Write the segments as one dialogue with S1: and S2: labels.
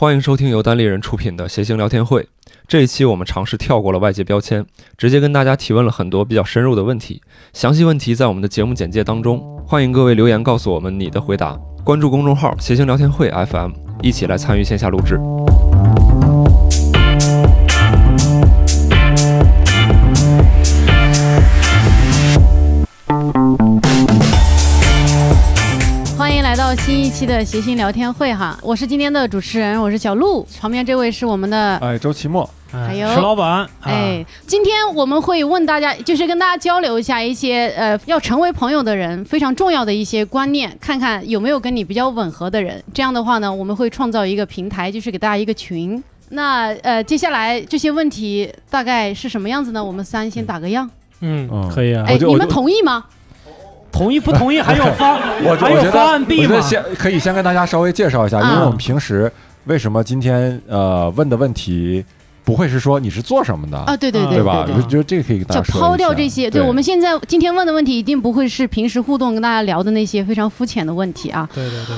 S1: 欢迎收听由单立人出品的《谐星聊天会》。这一期我们尝试跳过了外界标签，直接跟大家提问了很多比较深入的问题。详细问题在我们的节目简介当中，欢迎各位留言告诉我们你的回答。关注公众号“谐星聊天会 FM”，一起来参与线下录制。
S2: 欢迎来到新一期的谐星聊天会哈，我是今天的主持人，我是小鹿，旁边这位是我们
S3: 啊
S2: 的。
S4: 哎，周奇墨，
S2: 还
S3: 哎
S2: 有
S3: 石老板，
S2: 哎，今天我们会问大家，就是跟大家交流一下一些呃，要成为朋友的人非常重要的一些观念，看看有没有跟你比较吻合的人。这样的话呢，我们会创造一个平台，就是给大家一个群。那呃，接下来这些问题大概是什么样子呢？我们三先打个样。
S4: 嗯
S3: 嗯，可以啊
S2: 哎，，
S4: 就
S2: 你
S4: 我
S2: 们
S4: 就
S2: 同意吗？
S3: 同意不同意？还有方，
S4: 我
S3: 还
S4: 我
S3: 有
S4: 觉
S3: 方
S4: 得
S3: 案
S4: 我
S3: B
S4: 觉
S3: 吗
S4: 得？先可以先跟大家稍微介绍一下，因为
S2: 啊
S4: 我们平时为什么今天呃问的问题不会是说你是做什么的，
S2: 啊，对对
S3: 啊
S2: 对
S4: 对吧？
S2: 对
S4: 我觉得这个可以跟大
S2: 就
S4: 家说一
S2: 抛掉
S4: 下
S2: 这些，
S4: 对，
S2: 对我们现在今天问的问题，一定不会是平时互动跟大家聊的那些非常肤浅的问题啊。
S3: 对对对，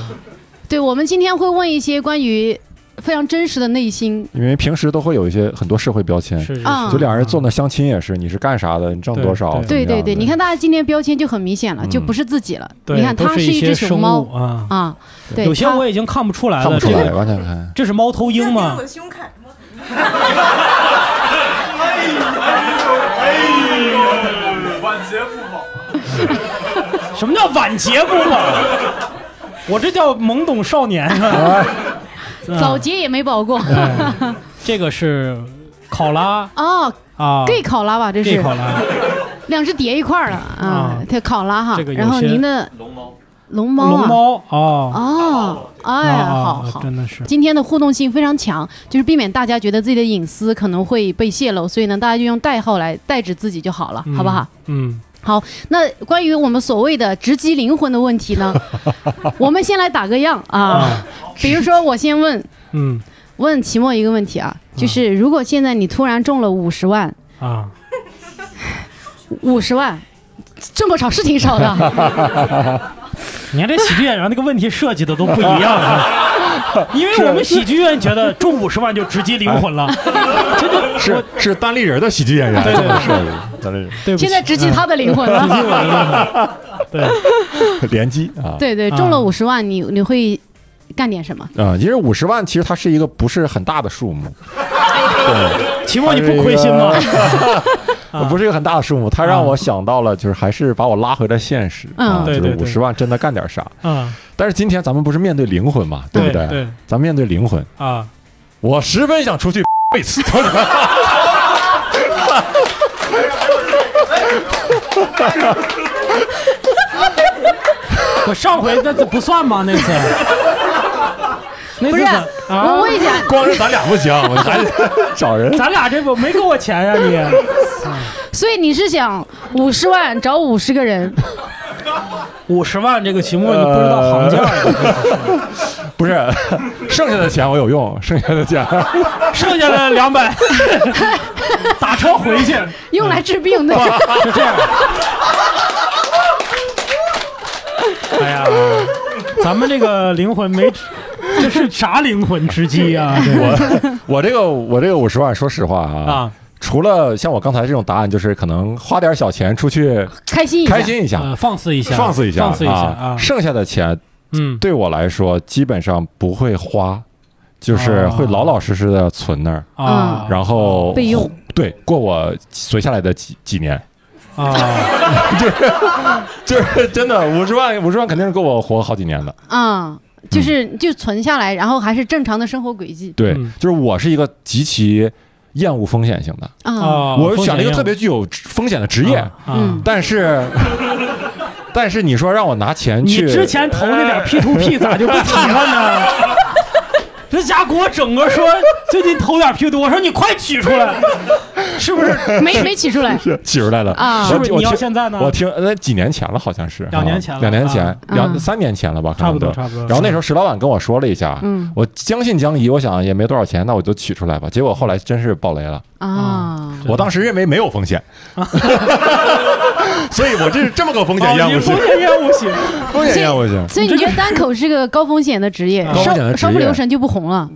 S2: 对，我们今天会问一些关于非常真实的内心。
S4: 因为平时都会有一些很多社会标签，
S3: 是是
S2: 啊
S3: 是，
S4: 就俩人做那相亲也是，你是干啥的？你挣多少？怎
S3: 对
S4: 么
S2: 对
S4: 样
S2: 对
S4: 的
S2: 对，你看大家今天标签就很明显了，
S4: 嗯
S2: 就不是自己了。
S3: 对，
S2: 你看，
S3: 都
S2: 它
S3: 是
S2: 一
S3: 些
S2: 只
S3: 生
S2: 熊
S3: 物
S2: 猫
S3: 啊，
S2: 啊，对，
S3: 有些
S2: 它
S3: 我已经看不出来
S4: 看
S3: 了，
S4: 不
S3: 这
S4: 出来，
S3: 个
S4: 完全看。
S3: 这是猫头鹰
S5: 那
S3: 吗
S5: 我？胸砍吗？
S3: 什么叫晚节啊不保？我这叫懵懂 少年 啊！
S2: 早
S3: 啊
S2: 节也没保过
S3: 哎这个是考拉
S2: 哦
S3: 啊
S2: ，gay 考拉吧，这
S3: ，gay
S2: 是
S3: 考拉，
S2: 两只叠一块儿了啊
S3: 啊，
S2: 它考拉哈
S3: 这个。有
S2: 然后
S3: 些
S2: 您的龙猫，
S3: 龙
S2: 龙猫啊，
S3: 猫哦，
S2: 哦，哎呀，
S3: 啊
S2: 好
S3: 啊
S2: 好，
S3: 真的是，
S2: 今天的互动性非常强，就是避免大家觉得自己的隐私可能会被泄露，所以呢，大家就用代号来代指自己就好了，
S3: 嗯
S2: 好不好？？
S3: 嗯，
S2: 那关于我们所谓的直击灵魂的问题 呢，我们先来打个样啊，比如说我先问
S3: 嗯
S2: 问齐墨一个问题啊，就是如果现在你突然中了五十万，
S3: 啊，
S2: 五十万。这么少是挺少的，
S3: 你看这喜剧演员那个问题设计的都不一样啊， 因为我们喜剧院觉得中五十万就直击灵魂了，
S4: 是是单立人的喜剧演员，
S3: 对对对
S4: 是 单立人
S3: 对不起，啊
S2: 现在直击他的灵魂
S3: 直
S2: 了。
S3: 击我的灵魂，对，
S4: 联机啊。
S2: 对对，
S3: 啊
S2: 中了五十万，你你会干点什么？
S4: 啊，因为五十万其实它是一个不是很大的数目，
S2: 哎
S3: 期末你不亏心 吗？啊
S4: 不是一个很大的数目，它让我想到了，就是还是把我拉回了现实
S2: 嗯
S4: 啊，就
S3: 对
S4: 是
S3: 对
S4: 五
S3: 对
S4: 十万真的干点啥。
S3: 啊，
S4: 但是今天咱们不是面对灵魂嘛，
S3: 对
S4: 不对？
S3: 对
S4: 咱们面对灵魂，
S3: 啊，
S4: 我十分想出去 一 次，
S3: 我上回那不算吗？那 次，那次
S2: 不是
S3: 咱啊
S2: 我，问一下，
S4: 光是咱俩不行，我还得找人。
S3: 咱俩这不没给我钱呀你？
S2: 所以你是想五十万找五十个人，
S3: 五十万这个期末你不知道行 价呀，
S4: 不是， 剩下的钱我有用，剩下的钱
S3: 剩下的两百打车回去。
S2: 用来治病的。
S3: 就这样。哎呀，咱们这个灵魂没，这是啥灵魂之击啊？这个
S4: 我我这个我这个五十万，说实话啊，
S3: 啊，
S4: 除了像我刚才这种答案，就是可能花点小钱出去
S2: 开心一下，
S4: 开心一下。
S3: 呃，放肆一下，
S4: 放肆一下，
S3: 放肆一下啊！
S4: 剩下的钱
S3: 嗯，
S4: 对我来说基本上不会花，就是
S3: 啊
S4: 会老老实实的存那儿，
S3: 啊，
S4: 然后
S2: 备用。
S4: 对，过我随下来的几几年，
S3: 啊，
S4: 就是真的五十万，五十万肯定是够我活好几年的。
S2: 啊、就是就存下来，然后还是正常的生活轨 迹
S4: 对，
S3: 嗯
S4: 就是我是一个极其厌恶风险型的，
S2: 啊、
S3: 啊，
S4: 我选了一个特别具有风险的职业，
S3: 啊，
S2: 嗯
S4: 但是，但是你说让我拿钱
S3: 你
S4: 去，
S3: 之前投那点 P to P 咋就不提了呢？这家给我整个说最近投点 P to，我说你快取出来，是不是？
S2: 没没起出来
S4: 挤出来了
S2: 啊
S4: 我
S3: 是不是
S4: 我
S3: 你要
S4: 听
S3: 现在呢？
S4: 我听那几年前了，好像是
S3: 两年前
S4: 啊
S3: 了
S4: 两年前
S3: 啊，
S4: 两
S2: 嗯
S4: 三年前了吧，可
S3: 差
S4: 能
S3: 不多，
S4: 都
S3: 差不多。
S4: 然后那时候石老板跟我说了一下，
S2: 嗯
S4: 我将信将疑，我想也没多少钱，那我就取出来吧。结果后来真是爆雷了，
S2: 啊
S3: 真的
S4: 我当时认为没有风险，
S5: 所以我这是这么个风险
S3: 哦
S5: 厌
S3: 你
S5: 恶
S3: 风
S5: 型，
S3: 险厌恶型，
S4: 风险厌恶型，
S2: 所以你觉得单口是个高风险的职业
S4: 高，风险的
S2: 稍
S4: 职业
S2: 稍不留神就不红了。
S3: 啊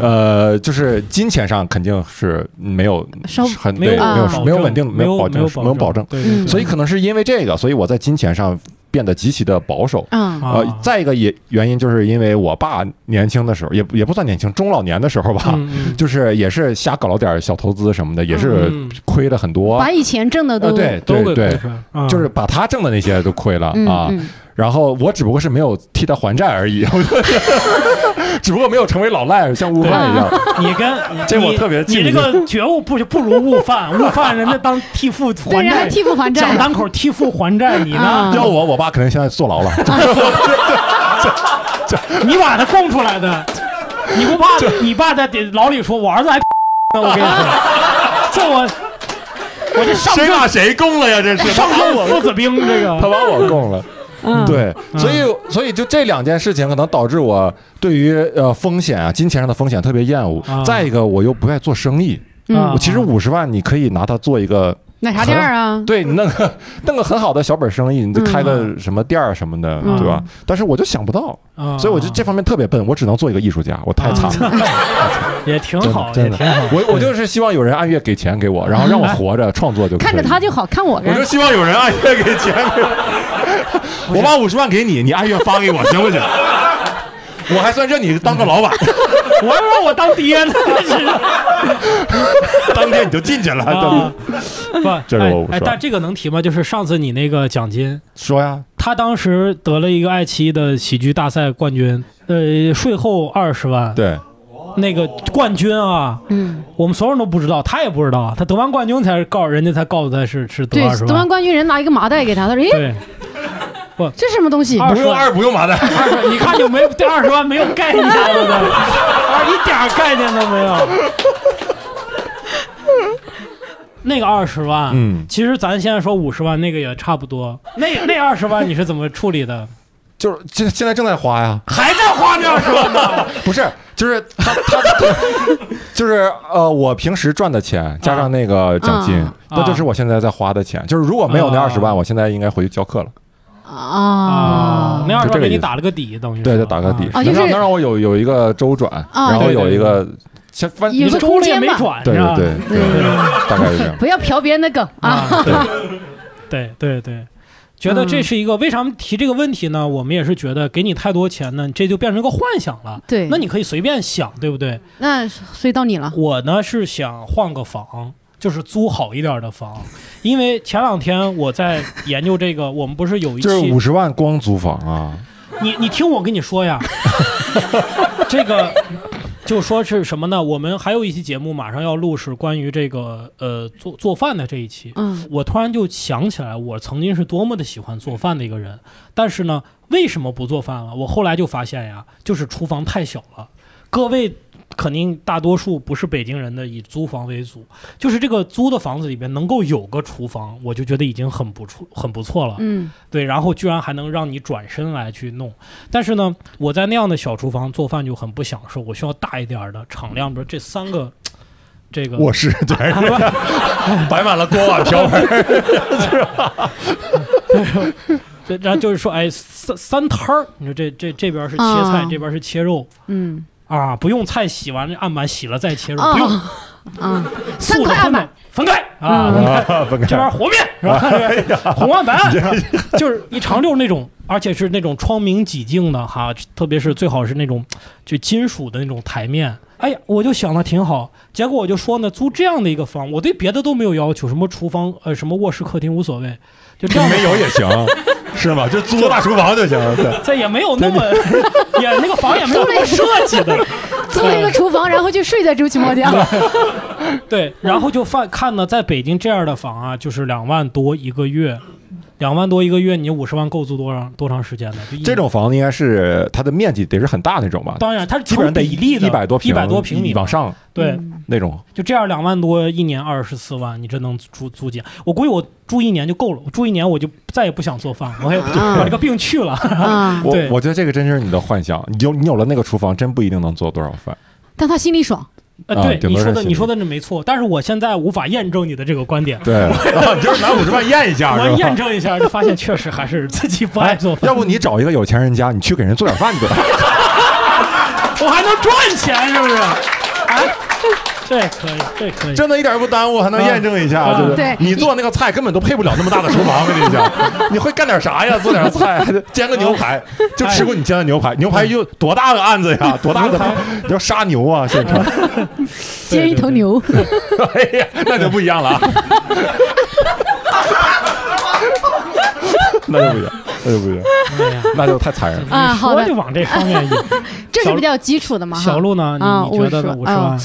S4: 呃，就是金钱上肯定是没有
S2: 稍
S4: 很
S3: 没有
S4: 对没
S2: 啊
S4: 有没有稳定，
S3: 没
S4: 有保
S3: 没
S4: 证，没有保证，，
S3: 对对
S2: 嗯
S4: 所以可能是因为这个，所以我在金钱上变得极其的保守。
S2: 嗯
S3: 啊
S4: 呃，再一个也原因就是因为我爸年轻的时候，也不也不算年轻，中老年的时候吧，
S3: 嗯
S4: 就是也是瞎搞了点儿小投资什么的，也是
S3: 嗯
S4: 亏了很多。
S2: 把以前挣的
S4: 呃，
S2: 啊都
S4: 对
S3: 都
S4: 对
S3: 给
S4: 对，
S3: 出来啊
S4: 就是把他挣的那些都亏了
S2: 嗯
S4: 啊。
S2: 嗯
S4: 然后我只不过是没有替他还债而已， 我觉得只不过没有成为老赖，像悟饭一样。
S3: 啊你跟
S4: 这我
S3: 你
S4: 特别
S3: 你
S4: 敬
S3: 这个觉悟不不如悟饭，悟饭人家当替父
S2: 对，
S3: 还
S2: 人还
S3: 债，
S2: 替父还
S3: 讲
S2: 债，
S3: 单口替父还债，你呢
S2: 啊？
S4: 要我，我爸可能现在坐 牢了。
S3: 你把他供出来的，你不怕你爸在牢里说，我儿子 还呢？我跟你说，这我我这上
S5: 谁
S3: 阵
S5: 把谁供了呀？这是
S3: 上 阵父子兵，这个
S4: 他把我供了。
S2: 嗯
S3: 嗯
S4: 对，所以所以就这两件事情可能导致我对于呃风险啊，金钱上的风险特别厌恶
S3: 啊。
S4: 再一个，我又不爱做生意。
S3: 啊
S4: 我其实五十万，你可以拿它做一个，
S2: 奶茶店儿啊，
S4: 对，你弄个弄个很好的小本生意，你就开个什么店儿什么的，
S3: 嗯
S4: 对吧？但是我就想不到，
S3: 啊
S4: 所以我就这方面特别笨，我只能做一个艺术家，我太惨了，
S3: 也挺
S4: 真
S3: 好
S4: 的，
S3: 也
S4: 真的
S3: 挺好。。
S4: 我我就是希望有人按月给钱给我，然后让 我活着创作就可以
S2: 看着他就好看我
S5: 我就
S2: 干。
S5: 希望有人按月给钱给 我，
S4: 我把五十万给你，你按月发给我，行不行？我还算认你当个老 板，
S3: 我要让我当 爹呢，真是
S4: 啊
S5: 当天你就进去了。
S3: 啊！不，
S4: 这个我不
S3: 哎哎
S4: 说
S3: 但这个能提吗？就是上次你那个奖金，
S4: 说呀，
S3: 他当时得了一个爱奇艺的喜剧大赛冠军，呃，税后二十万，
S4: 对，
S3: 那个冠军啊，
S2: 嗯，
S3: 我们所有人都不知道，他也不知道，啊他得完冠军才告人家才告诉他是是得
S2: 对
S3: 二十，
S2: 得完
S3: 万，
S2: 冠军人拿一个麻袋给他，他说：“诶，
S3: 对，
S2: 这什么东西？”
S3: 二
S5: 不用二，不用麻袋，
S3: 二十，你看就 没对二十万没有概 念了的，啊，一点儿概念都没有。 那个二十万，
S4: 嗯
S3: 其实咱现在说五十万，那个也差不多。那那二十万你是怎么处理的？
S4: 就是现现在正在花呀，
S3: 还在花那二十万呢？
S4: 不是，就是他他就是呃，我平时赚的钱加上那个奖金
S2: 啊，
S4: 那就是我现在在花的钱。就是如果没有那
S3: 啊
S4: 二十万，我现在应该回去教课了。
S2: 啊，
S3: 那二十
S4: 就这个
S3: 万给
S4: 意
S3: 你
S4: 思
S3: 打了个底，等于是
S4: 对，就打个底，
S3: 啊
S2: 啊就
S4: 能
S2: 是
S4: 让能让我有有一个周转，
S2: 啊
S4: 然后有一个先翻，
S2: 有
S3: 你
S2: 个
S3: 出
S2: 空
S3: 了也
S2: 间
S3: 没
S2: 吧。
S3: 转，嗯
S4: 对
S3: 是
S4: 对
S3: 吧
S4: 对对，嗯大概是这样。
S2: 不要嫖别人的梗啊！
S3: 啊，对对对，觉得
S2: 嗯
S3: 这是一个为啥提这个问题呢？我们也是觉得给你太多钱呢，这就变成一个幻想了。
S2: 对，
S3: 那你可以随便想，对不对？
S2: 那所以到 你了，
S3: 我呢是想换个房，就是租好一点的房，因为前两天我在研究这个，我们不是有一
S4: 就是
S3: 期
S4: 五十万光租房啊，
S3: 你你听我跟你说呀，这个就说是什么呢？我们还有一期节目马上要录，是关于这个呃做做饭的这一期。
S2: 嗯
S3: 我突然就想起来，我曾经是多么的喜欢做饭的一个人，但是呢，为什么不做饭了？我后来就发现呀，就是厨房太小了。各位肯定大多数不是北京人的，以租房为主，就是这个租的房子里边能够有个厨房，我就觉得已经很不错，很不错了。
S2: 嗯
S3: 对，然后居然还能让你转身来去弄。但是呢，我在那样的小厨房做饭就很不享受，我需要大一点儿的敞亮，比如这三个，这个啊
S5: 卧 室对，摆满了锅碗瓢 盆。
S3: 这然后就是说，哎，三三摊儿，你说这这这边是切菜，
S2: 啊
S3: 这边是切肉
S2: 嗯
S3: 啊，不用菜洗完案板洗了再切肉，不用
S2: 哦啊，三
S3: 速
S2: 块
S3: 的
S2: 二
S3: 分
S2: 百
S3: 开，
S2: 嗯
S3: 分开啊，分开这边和面是
S5: 哎
S3: 吧？ 红啊案白案是吧就是一长溜那种，而且是那种窗明几净的哈，特别是最好是那种就金属的那种台面。哎呀，我就想的挺好，结果我就说呢，租这样的一个房，我对别的都没有要求，什么厨房呃什么卧室客厅无所谓，就这样的
S4: 没有也行，
S5: 是吗？就租个大厨房就行。对，
S3: 这也没有那么，也那个房也没有那么设计的。
S2: 租了一个厨房，然后就睡在周奇墨家。
S3: 对，然后就发看呢，在北京这样的房啊，就是两万多一个月，两万多一个月，你五十万够租多长多长时间呢？就一
S4: 这种房子应该是它的面积得是很大那种吧，
S3: 当然它是
S4: 基本上
S3: 成
S4: 得
S3: 比例的，
S4: 一百多平，
S3: 一百多平米
S4: 往。上
S3: 对，
S4: 那种。
S3: 就这样两万多一年二十四万，你这能租租几年？啊我估计我住一年就够了，我住一年我就再也不想做饭，我也把这个病去了。
S2: 啊，
S4: 我
S3: 对
S4: 我觉得这个真是你的幻想，你有你有了那个厨房，真不一定能做多少饭。
S2: 但他心里爽，
S3: 呃，
S4: 啊
S3: 对
S4: 顶
S3: 你
S4: 多
S3: 说
S4: 是
S3: 的，
S4: 心
S3: 你
S4: 理
S3: 说的那没错，但是我现在无法验证你的这个观点。
S4: 对，
S5: 你哦就是拿五十万验一下
S3: 我
S5: 是吧？
S3: 验证一下，就发现确实还是 自己不爱做
S5: 哎
S3: 饭，
S4: 要不你找一个有钱人家，你去给人做点饭 去吧。
S3: 我还能赚钱，是不是？哎，这可以，这可以。
S5: 真的一点也不耽误，还能验证一下，
S3: 啊
S5: 就是
S2: 对
S5: 你做那个菜根本都配不了那么大的厨房，我跟你 讲，你会干点啥呀？做点菜， 还得煎个牛
S3: 哎
S5: 排，就吃过你煎的牛排，牛排又多大个案子呀？多大的
S3: 牛排
S5: 要杀牛啊？现场，
S2: 煎一头牛，
S5: 哎呀，那就不一样 了啊，
S4: 那就不行，那就不行，
S3: 哎呀
S4: 那就太残忍了。
S2: 啊好的
S3: 说就往这方面引。
S2: 这是
S3: 小
S2: 比较基础的嘛。哈
S3: 小鹿呢？
S2: 啊
S3: 你你觉得呢？
S2: 50
S3: 五十万
S2: 啊，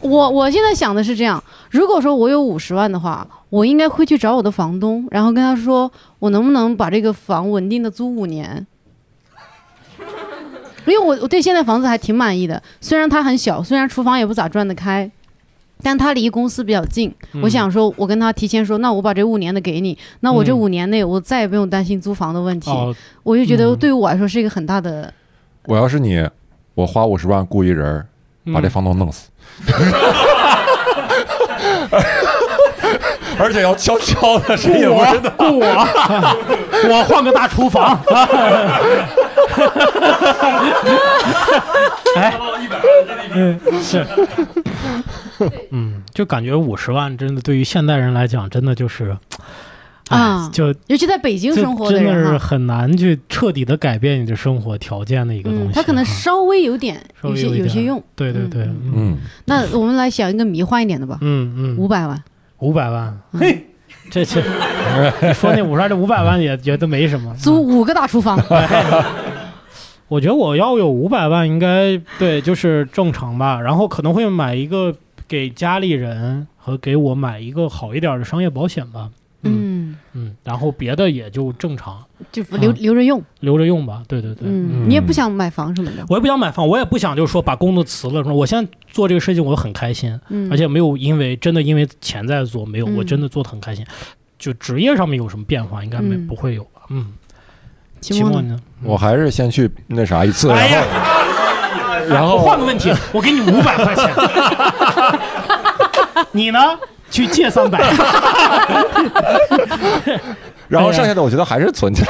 S2: 我我现在想的是这样，如果说我有五十万的话，我应该会去找我的房东，然后跟他说，我能不能把这个房稳定的租五年？ 因为我我对现在房子还挺满意的，虽然它很小，虽然厨房也不咋转得开，但它离公司比较近。
S3: 嗯
S2: 我想说，我跟他提前说，那我把这五年的给你，那我这
S3: 嗯
S2: 五年内我再也不用担心租房的问题，
S3: 哦，
S2: 我就觉得
S3: 嗯
S2: 对于我来说是一个很大的。
S4: 我要是你，我花五十万雇一人儿
S3: 嗯
S4: 把这房东弄 死，
S5: 而且要悄悄的，谁也不知道。
S3: 雇我，我换个大厨房。哎，嗯，是，嗯，就感觉五十万真的对于现代人来讲，真的就是，哎
S2: 啊，
S3: 就
S2: 尤其在北京
S3: 这
S2: 生活
S3: 真的
S2: 人
S3: 是
S2: 哈，
S3: 很难去彻底的改变你的生活条件的一个东西
S2: 嗯
S3: 哈。，
S2: 它可能稍微有点
S3: 稍
S2: 有
S3: 微
S2: 些
S3: 有一
S2: 有些
S3: 点
S2: 用。
S3: 对对对，
S2: 嗯
S3: 嗯
S4: 嗯，
S2: 那我们来想一个迷幻一点的吧，
S3: 嗯
S2: 五
S3: 嗯，
S2: 百万。
S3: 五百万，
S2: 嗯
S3: 嘿，这 这，你说那五十万，这五百万也觉得没什么。
S2: 租五个大厨房，
S3: 我觉得我要有五百万，应该对，就是正常吧。然后可能会买一个给家里人和给我买一个好一点的商业保险吧。
S2: 嗯，
S3: 嗯，然后别的也就正常，
S2: 就留
S3: 啊
S2: 留着用，
S3: 留着用吧。对对对，
S2: 嗯，
S4: 嗯
S2: 你也不想买房什么的，
S3: 我也不想买房，我也不想就是说把工作辞了。说我现在做这个事情，我很开心，
S2: 嗯，
S3: 而且没有因为真的因为钱在做，没有，
S2: 嗯
S3: 我真的做的很开心。就职业上面有什么变化，应该没
S2: 嗯
S3: 不会有吧？嗯，
S2: 秦末
S3: 末
S2: 呢？
S3: 呢？
S4: 我还是先去那啥一次，
S3: 哎
S4: 然
S3: 呀
S4: 后，然后
S3: 我哎换个问题，我给你五百块 钱，你呢？去借三百，
S4: 然后剩下的我觉得还是存起来，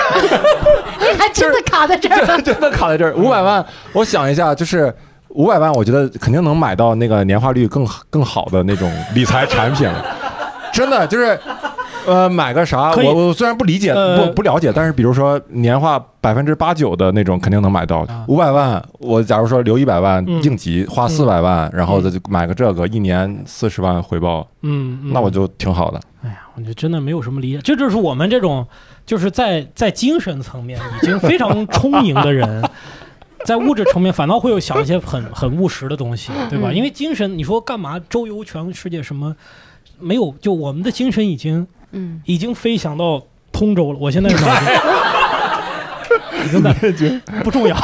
S2: 你还真的卡在这儿了，
S4: 真的卡在这儿。五百万，我想一下，就是五百万，我觉得肯定能买到那个年化率更更好的那种理财产品了，真的就是。呃，买个啥？
S3: 可以
S4: 我我虽然不理解，
S3: 呃
S4: 不不了解，但是比如说年化百分之八九的那种，肯定能买到
S3: 啊。
S4: 五百万，我假如说留一百万
S3: 嗯
S4: 应急，花四百万，然后再就买个这个，一年四十万回报，
S3: 嗯，嗯
S4: 那我就挺好的。
S3: 哎呀，我就真的没有什么理解，这就是我们这种就是在在精神层面已经非常充盈的 人，在物质层面反倒会有想一些很很务实的东西，对吧？
S2: 嗯
S3: 因为精神，你说干嘛周游全世界什么没有？就我们的精神已经
S2: 嗯，
S3: 已经飞翔到通州了，我现在脑子已经在不重要。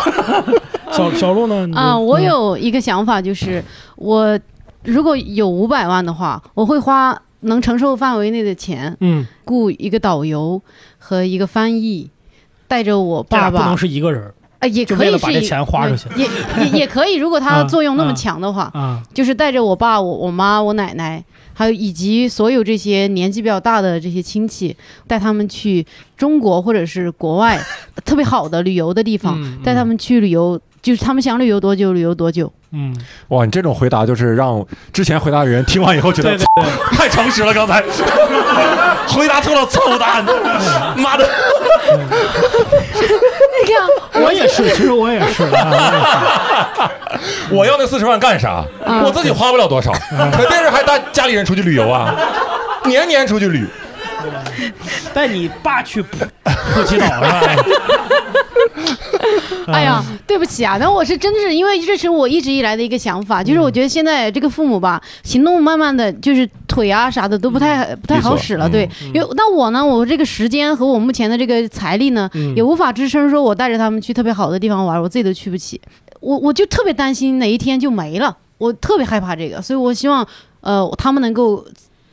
S3: 小小鹿呢？你
S2: 啊，我有一个想法，就是我如果有五百万的话，我会花能承受范围内的钱，
S3: 嗯，
S2: 雇一个导游和一个翻译，带着我
S3: 这
S2: 爸
S3: 不
S2: 爸
S3: 能，是一个人儿
S2: 啊，也
S3: 就
S2: 可
S3: 为
S2: 以
S3: 了把
S2: 是
S3: 这
S2: 一
S3: 钱花出去
S2: 也也也可以，如果它
S3: 啊
S2: 作用那么
S3: 啊
S2: 强的话，
S3: 啊，
S2: 就是带着我爸、我我妈、我奶奶，还有以及所有这些年纪比较大的这些亲戚，带他们去中国或者是 国外特别好的旅游的地方，
S3: 嗯
S2: 带他们去旅游，就是他们想旅游多久旅游多久。
S3: 嗯，嗯
S4: 哇，你这种回答就是让之前回答的人听完以后觉
S3: 对
S4: 得
S3: 对 对，
S5: 太诚实了，刚才回答错了，操蛋！
S3: 嗯
S5: 妈的，
S2: 你 看，
S3: 我也是，其实我也是，啊
S5: 我要那四十万干啥？
S2: 嗯
S5: 我自己花不了多少，
S3: 嗯
S5: 肯定是还带家里人出去旅游 啊，年年出去旅。
S3: 带你爸 去普普吉岛是吧？
S2: 哎呀，
S3: 嗯
S2: 对不起啊，但我是真是因为这是我一直以来的一个想
S3: 嗯
S2: 法，就是我觉得现在这个父母吧，行动慢慢的就是腿啊啥的都不太不太
S4: 利索
S2: 好使了，
S4: 嗯
S2: 对。因为那我呢，我这个时间和我目前的这个财力呢，
S3: 嗯
S2: 也无法支撑说我带着他们去特别好的地方玩，我自己都去不起。我我就特别担心哪一天就没了，我特别害怕这个，所以我希望呃他们能够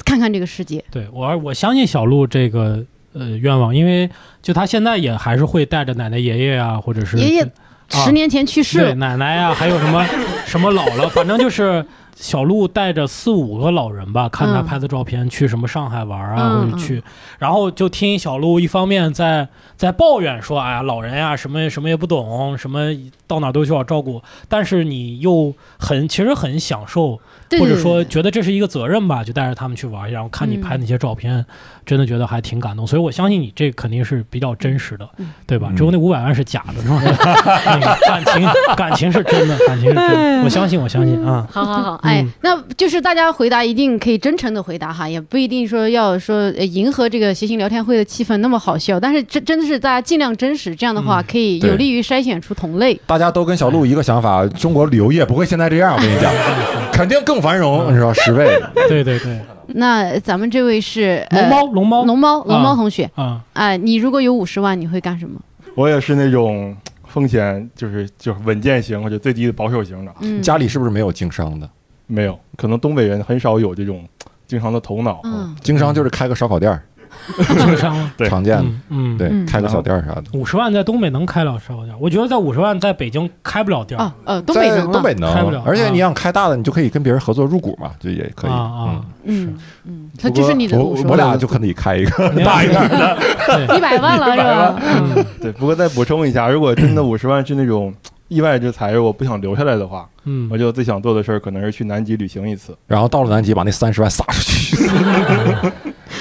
S2: 看看这个世界。
S3: 对我我相信小鹿这个呃愿望，因为就他现在也还是会带着奶奶爷爷啊，或者是
S2: 爷爷
S3: 啊
S2: 十年前去世
S3: 对
S2: 了，
S3: 奶奶呀、还有什么什么姥姥，反正就是小鹿带着四五个老人吧，看他
S2: 嗯
S3: 拍的照片，去什么上海玩啊，
S2: 嗯
S3: 或者去，然后就听小鹿一方面在在抱怨说，哎呀，老人呀、什么什么也不懂，什么到哪都需要照顾，但是你又很其实很享受，
S2: 对
S3: 或
S2: 对
S3: 者
S2: 对
S3: 说
S2: 对嗯
S3: 觉得这是一个责任吧，就带着他们去玩，然后看你拍那些照片，真的觉得还挺感动，所以我相信你这肯定是比较真实的，对吧？只有那五百万是假的，是吧？那个感情感情是真的，感情是真的，我相信，我相信啊。
S2: 好好好，哎，那就是大家回答一定可以真诚的回答哈，也不一定说要说呃迎合这个谐星聊天会的气氛那么好笑，但是真真的是大家尽量真实，这样的话可以
S4: 对
S2: 有利于筛选出同类。
S4: 大家都跟小鹿一个想法，中国旅游业不会现在这样，我跟你讲， 肯定更繁荣，你知道十倍。
S3: 嗯对对对，
S2: 那咱们这位是
S3: 龙猫龙
S2: 呃
S3: 猫
S2: 龙猫龙猫
S3: 啊
S2: 同学，
S3: 啊，
S2: 哎，你如果有五十万，你会干什么？
S6: 我也是那种风险就是就是稳健型或者最低的保守型的，
S2: 嗯，
S4: 家里是不是没有经商的？
S6: 没有，可能东北人很少有这种经常的头脑。
S2: 嗯
S4: 经商就是开个烧烤店儿，
S3: 经商了，
S6: 对
S4: 常见的，
S3: 嗯嗯，
S4: 对，
S2: 嗯
S4: 开个小店儿啥的。
S3: 五十万在东北能开了烧烤店，我觉得在五十万在北京开不了店儿
S2: 哦呃，东北
S4: 在
S2: 能了
S4: 东北
S3: 开不了
S4: 能，而且你想开大的，你就可以跟别人合作入股嘛，就也可以。
S3: 啊啊，
S2: 嗯嗯，他这是你的
S4: 我
S2: 五十
S4: 我
S2: 万，
S4: 俩就可以开一个，
S3: 大一点的，对
S2: 一百万了是吧？嗯
S6: 对，不过再补充一下，如果真的五十万是那种意外之财，我不想留下来的话，
S3: 嗯
S6: 我，就最想做的事儿可能是去南极旅行一次，
S4: 然后到了南极把那三十万撒出去。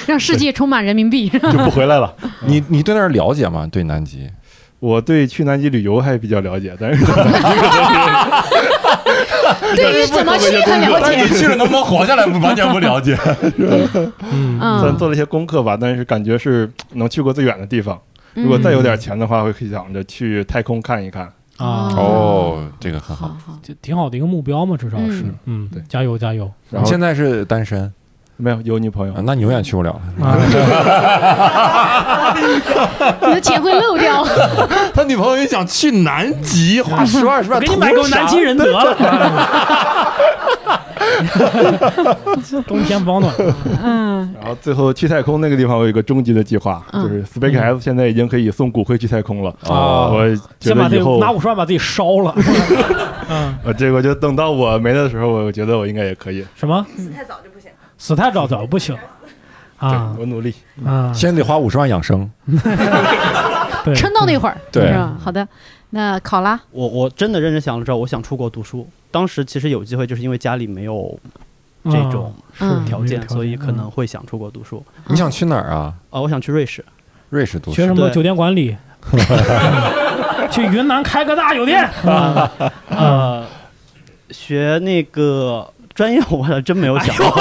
S2: 让世界充满人民币。
S6: 就不回来了。
S4: 你你对那儿了解吗？对南极？
S6: 我对去南极旅游还比较了解，但是
S2: 对
S3: 哎
S2: 于 怎么去很了解，
S5: 哎你去了能不能活下来，完全不了 解。
S3: 嗯，
S6: 咱
S2: 嗯，
S6: 做了一些功课吧，但是感觉是能去过最远的地方。
S3: 嗯
S6: 如果再有点钱的话，会想着去太空看一看。
S3: 啊，
S4: 哦，这个很
S2: 好
S4: 好。
S2: 好，
S3: 就挺好的一个目标嘛，至少是
S2: 嗯，
S3: 嗯
S6: 对，
S3: 加油加油
S6: 然
S4: 你
S6: 后
S4: 现在是单身，
S6: 没有有女朋友
S4: 啊，那你永远去不了了。
S3: 啊，
S2: 你的钱会漏掉。
S5: 他女朋友也想去南极，花十万十
S3: 我
S5: 万，
S3: 嗯给你买个南极人得了， 冬天保暖，
S2: 嗯
S6: 然后最后去太空那个地方，我有一个终极的计划，
S2: 嗯
S6: 就是 SpaceX 现在已经可以送骨灰去太空了。
S5: 哦
S3: 啊
S6: 我觉
S3: 先把
S6: 得
S3: 这
S6: 以后
S3: 个拿五十万把自己烧 了，嗯，
S6: 呃，这个就等到我没的时候，我觉得我应该也可以。
S3: 什么死太早就不行，死太早早不行
S6: 对，
S3: 啊
S6: 嗯我努力。
S3: 啊，
S4: 先得花五十万养生。
S3: 对，
S2: 撑到那会儿，
S4: 对
S2: 是吧？好的，那考拉，
S7: 我我真的认真想了之后，我想出国读书。当时其实有机会，就是因为家里没有
S3: 嗯
S7: 这种
S2: 嗯
S7: 条件，所以可能
S3: 嗯
S7: 会想出国读书。
S4: 你想去哪儿啊？
S7: 啊，我想去瑞士，
S4: 瑞士读
S3: 学
S4: 书
S3: 什么
S7: 对
S3: 酒店 管理，去云南开个大酒店，啊
S7: 呃，学那个专业，我还真没有想过。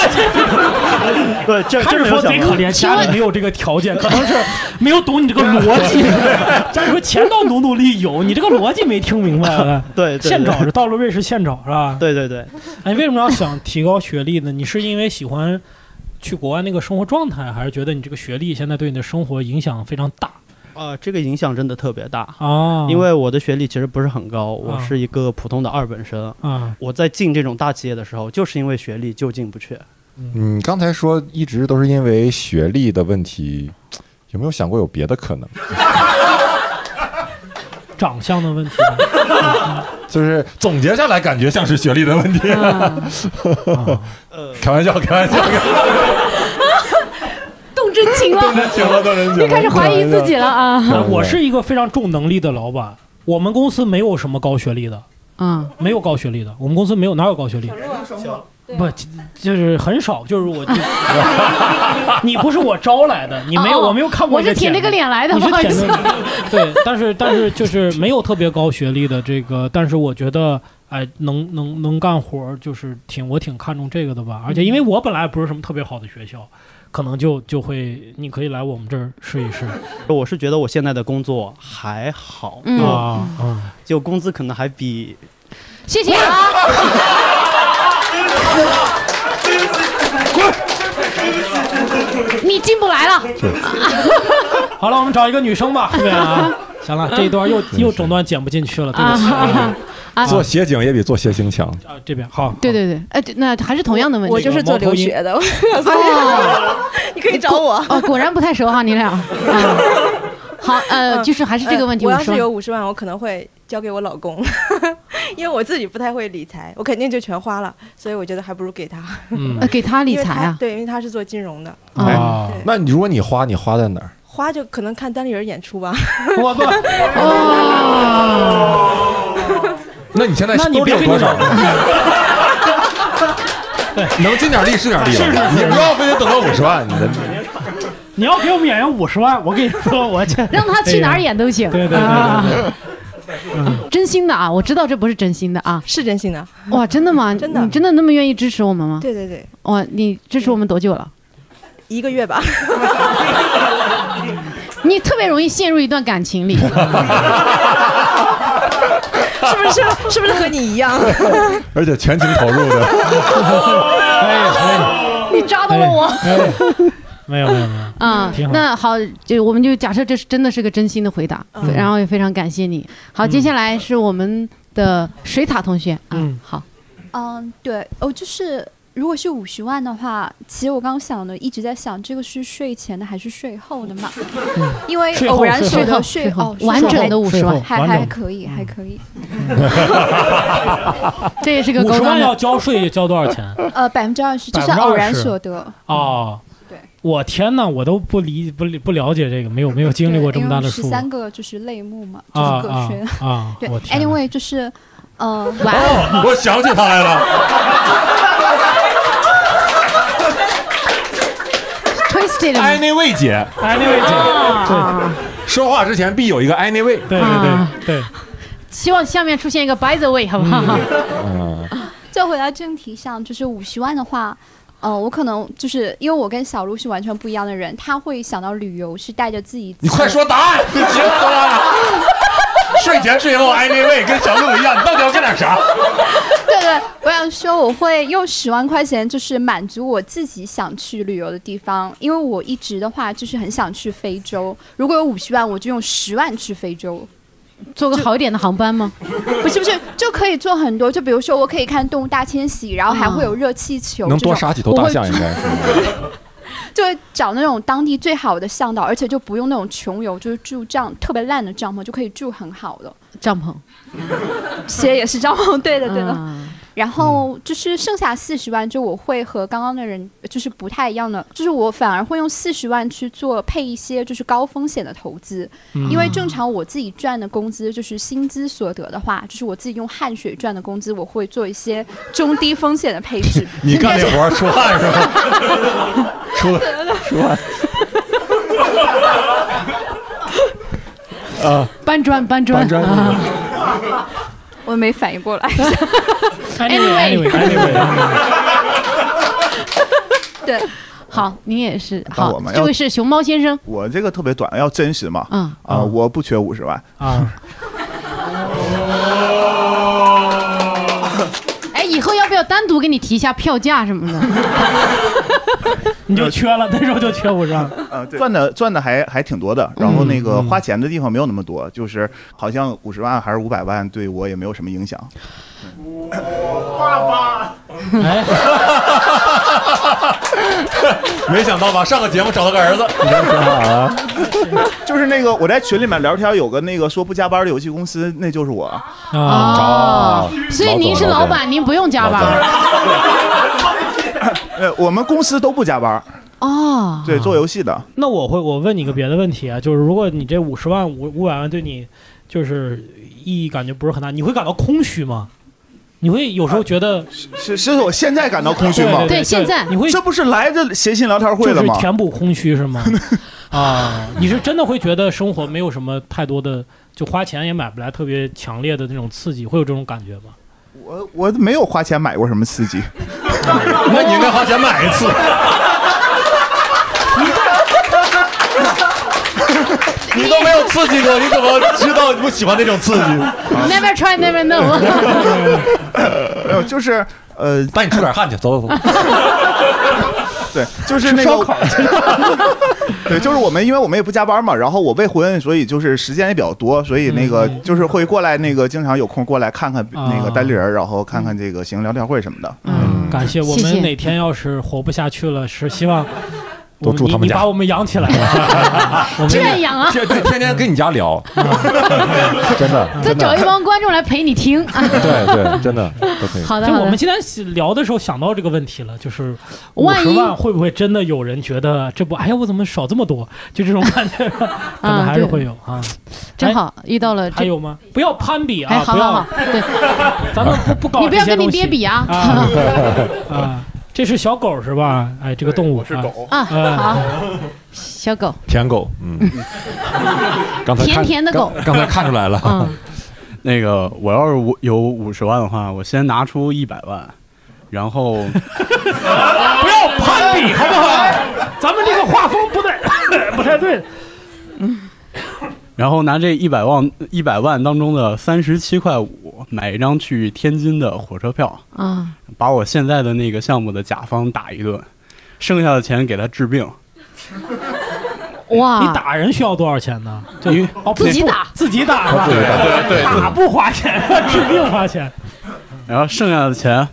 S7: 对，这
S3: 哎开
S7: 真
S3: 始
S7: 没
S3: 说
S7: 有想
S3: 贼可
S7: 过。
S3: 怜，家里没有这个条件，可能是没有懂你这个 逻辑。家里说钱到努努力有，你这个逻辑没听明白啊。
S7: 对，对
S3: 现找是到了瑞士现找是吧？
S7: 对对对，
S3: 哎，为什么要想提高学历呢？你是因为喜欢去国外那个生活状态，还是觉得你这个学历现在对你的生活影响非常大
S7: 啊， 这个影响真的特别大。
S3: 啊？
S7: 因为我的学历其实不是很高，我
S3: 啊
S7: 是一个普通的二本生。
S3: 啊，
S7: 我在进这种大企业的时候，就是因为学历就进不去。
S3: 啊
S6: 嗯
S4: 你刚才说一直都是因为学历的问题，有没有想过有别的可能？
S3: 长相的问题
S4: 就是啊
S5: 总结下来感觉像是学历的问 题。
S2: 嗯
S7: 呃，
S5: 开玩笑，开玩笑，
S2: 动真情
S5: 当
S2: 了，
S5: 真情了，当真情
S2: 又
S5: 了。
S2: 开始怀疑自己了啊！
S3: 啊。我是一个非常重能力的老板，我们公司没有什么高学历的，
S2: 嗯
S3: 没有高学历的，我们公司没有哪有高学历？
S2: 啊
S3: 不，就就是很少，就是我 就，你不是我招来的，你没有，
S2: 哦哦
S3: 我没有看过
S2: 我
S3: 你的
S2: 是
S3: 简
S2: 舔
S3: 历。
S2: 着个脸来的，
S3: 你
S2: 不
S3: 是
S2: 好意
S3: 舔
S2: 思
S3: 着。 个，对，但是但是就是没有特别高学历的这个，但是我觉得，哎，能能能干活儿，就是挺我挺看重这个的吧。而且
S2: 嗯
S3: 因为我本来不是什么特别好的学校，可能就就会，你可以来我们这儿试一试
S7: 我是觉得我现在的工作还好，
S2: 嗯
S3: 啊啊！
S7: 就工资可能还比
S2: 谢谢 啊，你进不来了。
S3: 好了，我们找一个女生吧，后面啊，行了，这一 段又又整段剪不进去了，对不起。
S2: 啊
S4: 做协警也比做协星强。
S3: 啊，这边好，
S2: 对对对，哎，对那还是同样的问
S8: 我
S2: 题。
S8: 就是做留学的，所
S2: 哦
S8: 以你可以找我。
S2: 哦，果然不太熟哈，你俩。啊好，呃，就是还是这个问题。
S8: 嗯我要
S2: 说
S8: 是有五十万，我可能会交给我老公，因为我自己不太会理财，我肯定就全花了，所以我觉得还不如给他。
S3: 嗯
S2: 呃，给他理
S8: 因为
S2: 财
S8: 他
S2: 啊，
S8: 对，因为他是做金融的，
S2: 啊，
S3: 啊，
S8: 对
S4: 那你如果你花，你花在哪儿？
S8: 花就可能看单立人演出吧。
S3: 我不，
S2: 哦
S4: 那你现在
S3: 那你
S4: 兜里有
S3: 别跟
S4: 多
S3: 我
S4: 少？能尽点力是点力了，啊你不要非得等到五十万，你的
S3: 你要给我们演员五十万，我跟你说，我去，
S2: 让他去哪儿演都行。
S3: 对对对
S2: 啊
S3: 对
S2: 真心的啊，我知道这不是真心的啊。
S8: 是真心的，
S2: 哇，真的 吗？
S8: 真的
S2: 你真的那么愿意支持我们吗？
S8: 对对对，
S2: 哇，你支持我们多久了？
S8: 一个月吧，
S2: 你特别容易陷入一段感 情里，
S8: 是不是？是不是和你一 样？
S3: 哎
S5: 而且全情投入的。
S3: 对，可以可以
S2: 哦你抓到了我。
S3: 没有没有没有，
S2: 啊
S3: 哎挺，好
S2: 那好，就我们就假设这是真的是个真心的回答，
S8: 嗯
S2: 然后也非常感谢你。
S3: 嗯
S2: 好，接下来是我们的水塔同学啊
S3: 嗯，
S2: 好，
S9: 嗯，对，哦，就是如果是五十万的话，其实我刚想的一直在想，这个是税前的还是税后的嘛？因为
S3: 税后
S9: 偶然
S3: 税
S9: 觉
S3: 后
S9: 得税
S2: 最后
S9: 哦，
S2: 完整的五十万
S3: 税，后
S9: 还
S3: 完
S9: 还
S3: 整嗯
S9: 可以，还可以，
S2: 这也是个
S3: 五
S2: 高
S3: 十
S2: 端
S3: 万要
S2: 的。
S3: 交税交多少钱？
S9: 呃，百分之二十就是
S3: 20%
S9: 偶然所得，
S3: 哦，
S9: 对，
S3: 我天呐，我都不理不理不了解这个，没有没有经历过这么大的
S9: 十
S3: 数
S9: 三个就是类目嘛，就
S3: 啊
S9: 是个
S3: 啊
S9: 税。
S3: 啊！
S9: 对
S3: 我天呐
S9: ，anyway 就是，嗯，
S2: 哇哦，
S5: 我想起他来了，
S2: ，twisted
S5: 艾
S2: 吗
S5: 内卫姐
S3: ，anyway 姐，
S5: 说话之前必有一个艾内卫。
S3: 对对
S2: 啊
S3: 对对对，
S2: 希望下面出现一个 by the way，好不好？
S9: 再回到正题上，就是五十万的话，呃，我可能就是因为我跟小鹿是完全不一样的人，他会想到旅游是带着自己。
S5: 你快！说答案， 你急死了。睡前睡后艾内卫跟小鹿一样，你到底要干点啥？
S9: 对对，我想说我会用十万块钱，就是满足我自己想去旅游的地方，因为我一直的话就是很想去非洲。如果有五十万，我就用十万去非洲，
S2: 坐个好一点的航班吗？
S9: 不是不是，就可以做很多，就比如说我可以看动物大迁徙，然后还会有热气球，
S4: 能
S9: 这
S4: 多
S9: 种。
S4: 杀几头大象应该是。
S9: 就会找那种当地最好的向导，而且就不用那种穷游，就是住帐特别烂的帐篷，就可以住很好的，
S2: 帐篷，
S9: 鞋也是帐篷，对的对的。
S2: 啊
S9: 然后就是剩下四十万，就我会和刚刚的人呃就是不太一样的，就是我反而会用四十万去做配一些就是高风险的投资，
S2: 嗯
S9: 因为正常我自己赚的工资就是薪资所得的话，就是我自己用汗水赚的工资，我会做一些中低风险的配 置。
S5: 你干这活儿出汗是 吧？
S2: 搬砖啊搬砖啊
S9: 我没反应过来。
S3: ，anyway
S2: Anyway
S3: anyway，
S9: 对，
S2: 好，你也是
S10: 到
S2: 好
S10: 我，们要
S2: 这位是熊猫先生，
S10: 我这个特别短，要真实嘛。
S2: 嗯，
S10: 啊、我不缺五十万，
S3: 啊，
S2: 哎，以后要不要单独给你提一下票价什么的？
S3: 你就缺了，那时候就缺五十 万，嗯
S10: 呃，赚的赚的还还挺多的，然后那个花钱的地方没有那么多，就是好像五十万还是五百万对我也没有什么 影响。
S3: 哎，
S5: 没想到吧？上个节目找到个 儿子，
S10: 啊 就是那个我在群里面聊天，有个那个说不加班的游戏公司，那就是我。
S3: 啊，
S2: 哦，所以您是老板，您不用加班
S10: 呃，我们公司都不加班，
S2: 哦。
S10: 对，做游戏的。
S3: 那我会我问你个别的问题啊，就是如果你这五十万五五百万对你就是意义感觉不是很大，你会感到空虚吗？你会有时候觉得
S10: 啊是是我现在感到空虚
S3: 对
S10: 吗？
S2: 对现在
S3: 你会
S10: 这不是来这谐星聊天会
S3: 就
S10: 了
S3: 是
S10: 吗？
S3: 填补空虚是吗？啊，你是真的会觉得生活没有什么太多的，就花钱也买不来特别强烈的那种刺激，会有这种感觉吗？
S10: 我我没有花钱买过什么刺激，
S5: 那你应该花钱买一 次。你都没有刺激过，你怎么知道你不喜欢那种刺激？
S2: Never try, never know。
S10: 没有，就是呃，
S5: 带你出点汗去，走走走。
S10: 对，就是那个，对，就是我们，因为我们也不加班嘛，然后我未婚，所以就是时间也比较多，所以那个
S3: 嗯
S10: 就是会过来，那个经常有空过来看看
S3: 啊
S10: 那个单立人，然后看看这个行聊天会什么的。
S2: 嗯，
S3: 感谢我
S2: 谢谢
S3: 们哪天要是活不下去了，是希望
S4: 都住他
S3: 你
S4: 们
S3: 你把
S4: 家。
S3: 我们养起 来了，我们
S2: 圈养啊
S4: 天天天天跟你家聊，真的，
S2: 再
S4: 真
S2: 找
S4: 的，
S2: 一帮观众来陪你听啊。
S4: 对对，真的都可以。
S2: 好的
S3: 就
S2: 好
S3: 我们
S2: 的，
S3: 今天聊的时候想到这个问题了，就是五
S2: 万
S3: 十
S2: 一
S3: 万会不会真的有人觉得这不，哎呀，我怎么少这么多？就这种感觉，可能还是
S2: 对
S3: 会有啊。
S2: 真好遇到了这。
S3: 还有吗？不要攀比
S2: 哎，
S3: 啊！
S2: 好
S3: 不
S2: 好
S3: 要
S2: 好，，对，
S3: 咱们不不搞
S2: 你不要
S3: 这些
S2: 跟你
S3: 东西
S2: 爹比啊
S3: 啊！啊，这是小狗是吧？哎，这个动物是狗
S2: 啊，
S3: 哎
S2: 好，小狗，
S4: 舔狗，嗯，
S5: 刚才
S2: 甜
S5: 看
S2: 甜的狗，
S5: 刚才看出来了，
S2: 嗯，
S11: 那个，我要是五有五十万的话，我先拿出一百万，然后
S3: 不要攀比，好不好？咱们这个画风不太 不太对。
S11: 然后拿这一百万一百万当中的三十七块五买一张去天津的火车票，
S2: 啊，
S11: 把我现在的那个项目的甲方打一顿，剩下的钱给他治病。
S2: 哇，
S3: 你打人需要多少钱呢？就
S11: 因为
S3: 哦，不
S2: 自己打
S3: 不自己打是吧，
S11: 自己打对对对
S3: 打不花钱，治病花钱。
S11: 然后剩下的钱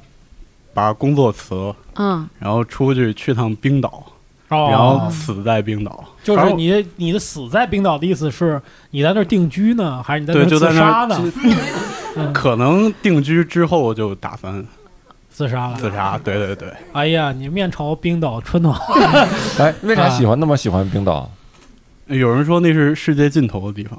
S11: 把工作辞了，
S2: 嗯，
S11: 然后出去去趟冰岛，
S3: 哦
S11: 然后死在冰岛。
S3: 就是你的你的死在冰岛的意思是你在那儿定居呢，还是你在那儿
S11: 对就在
S3: 自
S11: 那
S3: 杀
S11: 儿
S3: 呢？
S11: 可能定居之后我就打算
S3: 自杀了。
S11: 自杀。对对对，
S3: 哎呀，你面朝冰岛 春暖花。
S4: 哎，为啥喜欢那么喜欢冰岛？
S11: 有人说那是世界尽头的地方。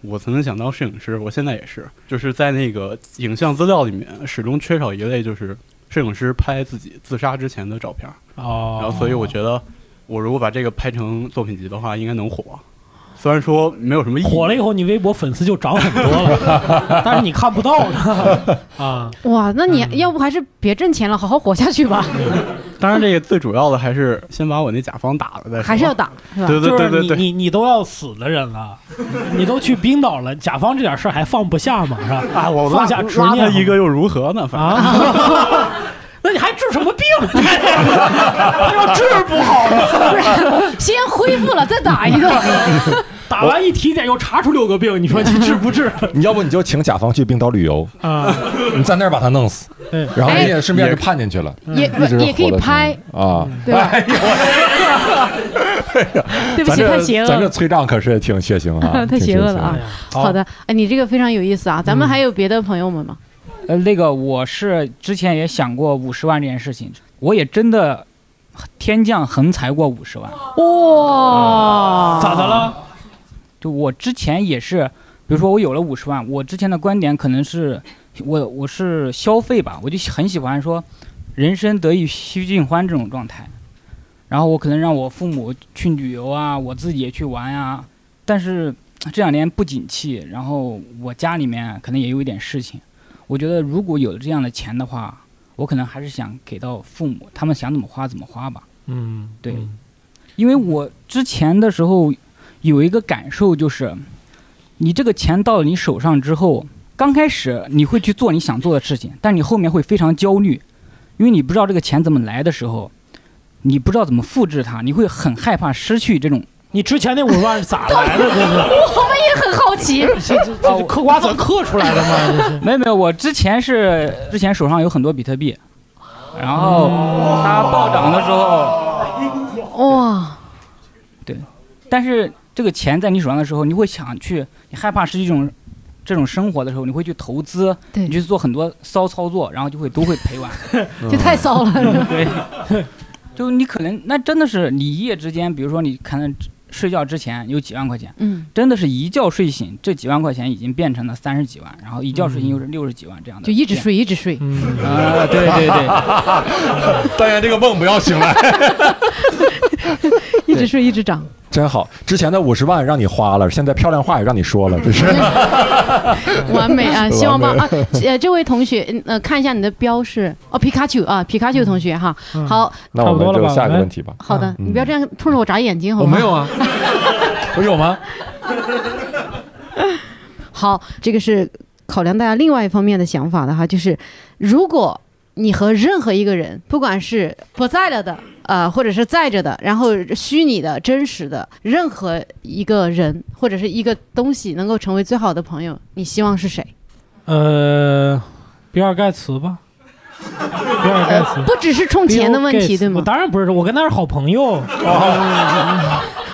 S11: 我曾经想当摄影师，我现在也是，就是在那个影像资料里面始终缺少一类，就是摄影师拍自己自杀之前的照片。
S3: 哦，
S11: 然后，所以我觉得，我如果把这个拍成作品集的话，应该能火。虽然说没有什么意义，
S3: 火了以后，你微博粉丝就涨很多了， 但是你看不 到呢啊。
S2: 哇，那你要不还是别挣钱了，好好活下去吧，
S11: 当然这个最主要的还是先把我那甲方打了再说。
S2: 还是要打，是吧？
S11: 对对对
S3: 就是
S11: 对
S3: 你
S11: 对
S3: 你你都要死的人了，你都去冰岛了，甲方这点事儿还放不下吗？是吧？
S11: 啊，我拉
S3: 放下执
S11: 拉他
S3: 念
S11: 一个又如何呢？反正、
S3: 啊。那你还治什么病？ 还要治不好
S2: 不
S3: 吗？
S2: 然 先恢复了再打一个，
S3: 打完一体检又查出六个病，你说你治不治
S4: 你要不你就请甲方去冰岛旅游，
S3: 啊？
S4: 你在那儿把他弄死，
S3: 对
S4: 然后
S2: 哎
S4: 你也顺便就判进去了，
S2: 也
S4: 一直
S2: 也可
S4: 活
S2: 以
S4: 得
S2: 拍，
S4: 挺啊。
S2: 对吧？ 对不
S4: 咱
S2: 起，
S4: 这
S2: 太邪恶
S4: 咱这
S2: 了。
S4: 催账可是挺血 腥啊，
S2: 太
S4: 挺
S2: 邪恶了啊
S3: 哎呀！
S2: 好的，哎，你这个非常有意思啊！咱们还有别的朋友们吗？
S12: 呃，那个我是之前也想过五十万这件事情，我也真的天降横财过五十万。嗯
S2: 哇，
S3: 咋的？了？
S12: 就我之前也是，比如说我有了五十万，我之前的观点可能是我我是消费吧，我就很喜欢说人生得意须尽欢这种状态。然后我可能让我父母去旅游啊，我自己也去玩啊。但是这两年不景气，然后我家里面可能也有一点事情。我觉得如果有这样的钱的话，我可能还是想给到父母，他们想怎么花怎么花吧。
S3: 嗯，
S12: 对，因为我之前的时候有一个感受就是，你这个钱到了你手上之后，刚开始你会去做你想做的事情，但你后面会非常焦虑，因为你不知道这个钱怎么来的时候，你不知道怎么复制它，你会很害怕失去这种。
S3: 你之前那五十万是咋来 的？
S2: 我们也很好奇。
S3: 这是这这这嗑瓜子嗑出来的吗？这是
S12: 没有没有，我之前是之前手上有很多比特币，然后
S5: 嗯
S3: 哦
S12: 它哦暴涨的时候，
S2: 哇，
S12: 但是这个钱在你手上的时候，你会想去，你害怕失去这种这种生活的时候，你会去投资，
S2: 对
S12: 你去做很多骚操作，然后就会都会赔 完。
S5: 嗯
S2: 这太骚了！
S12: 对，就你可能那真的是你一夜之间，比如说你可能睡觉之前有几万块钱，
S2: 嗯，
S12: 真的是一觉睡醒，这几万块钱已经变成了三十几万，然后一觉睡醒又是六十几万这样的
S2: 嗯就
S12: 变，
S2: 一直睡，一直睡。
S12: 啊！对对 对，
S5: 但愿这个梦不要醒来。
S2: 一直睡，一直涨。
S4: 真好。之前的五十万让你花了，现在漂亮话也让你说了，这 是
S2: 完美啊！
S4: 完
S2: 希望帮
S4: 美
S2: 啊，呃，这位同学，嗯呃，看一下你的标示哦，皮卡丘啊，皮卡丘同学哈。好
S4: 那我
S3: 差不多
S4: 们
S3: 了吧
S4: 就下一个
S3: 我们
S4: 问题吧。
S2: 好的，
S4: 嗯
S2: 你不要这样冲着我眨眼睛，好
S4: 我
S2: 吗？
S4: 没有啊，我有吗？
S2: 好，这个是考量大家另外一方面的想法的哈，就是如果你和任何一个人，不管是不在了的，呃，或者是在着的，然后虚拟的、真实的，任何一个人或者是一个东西能够成为最好的朋友，你希望是谁？
S3: 呃，比尔盖茨吧。
S2: 不只是冲钱的问题对吗？
S3: 我当然不是，我跟他是好朋友。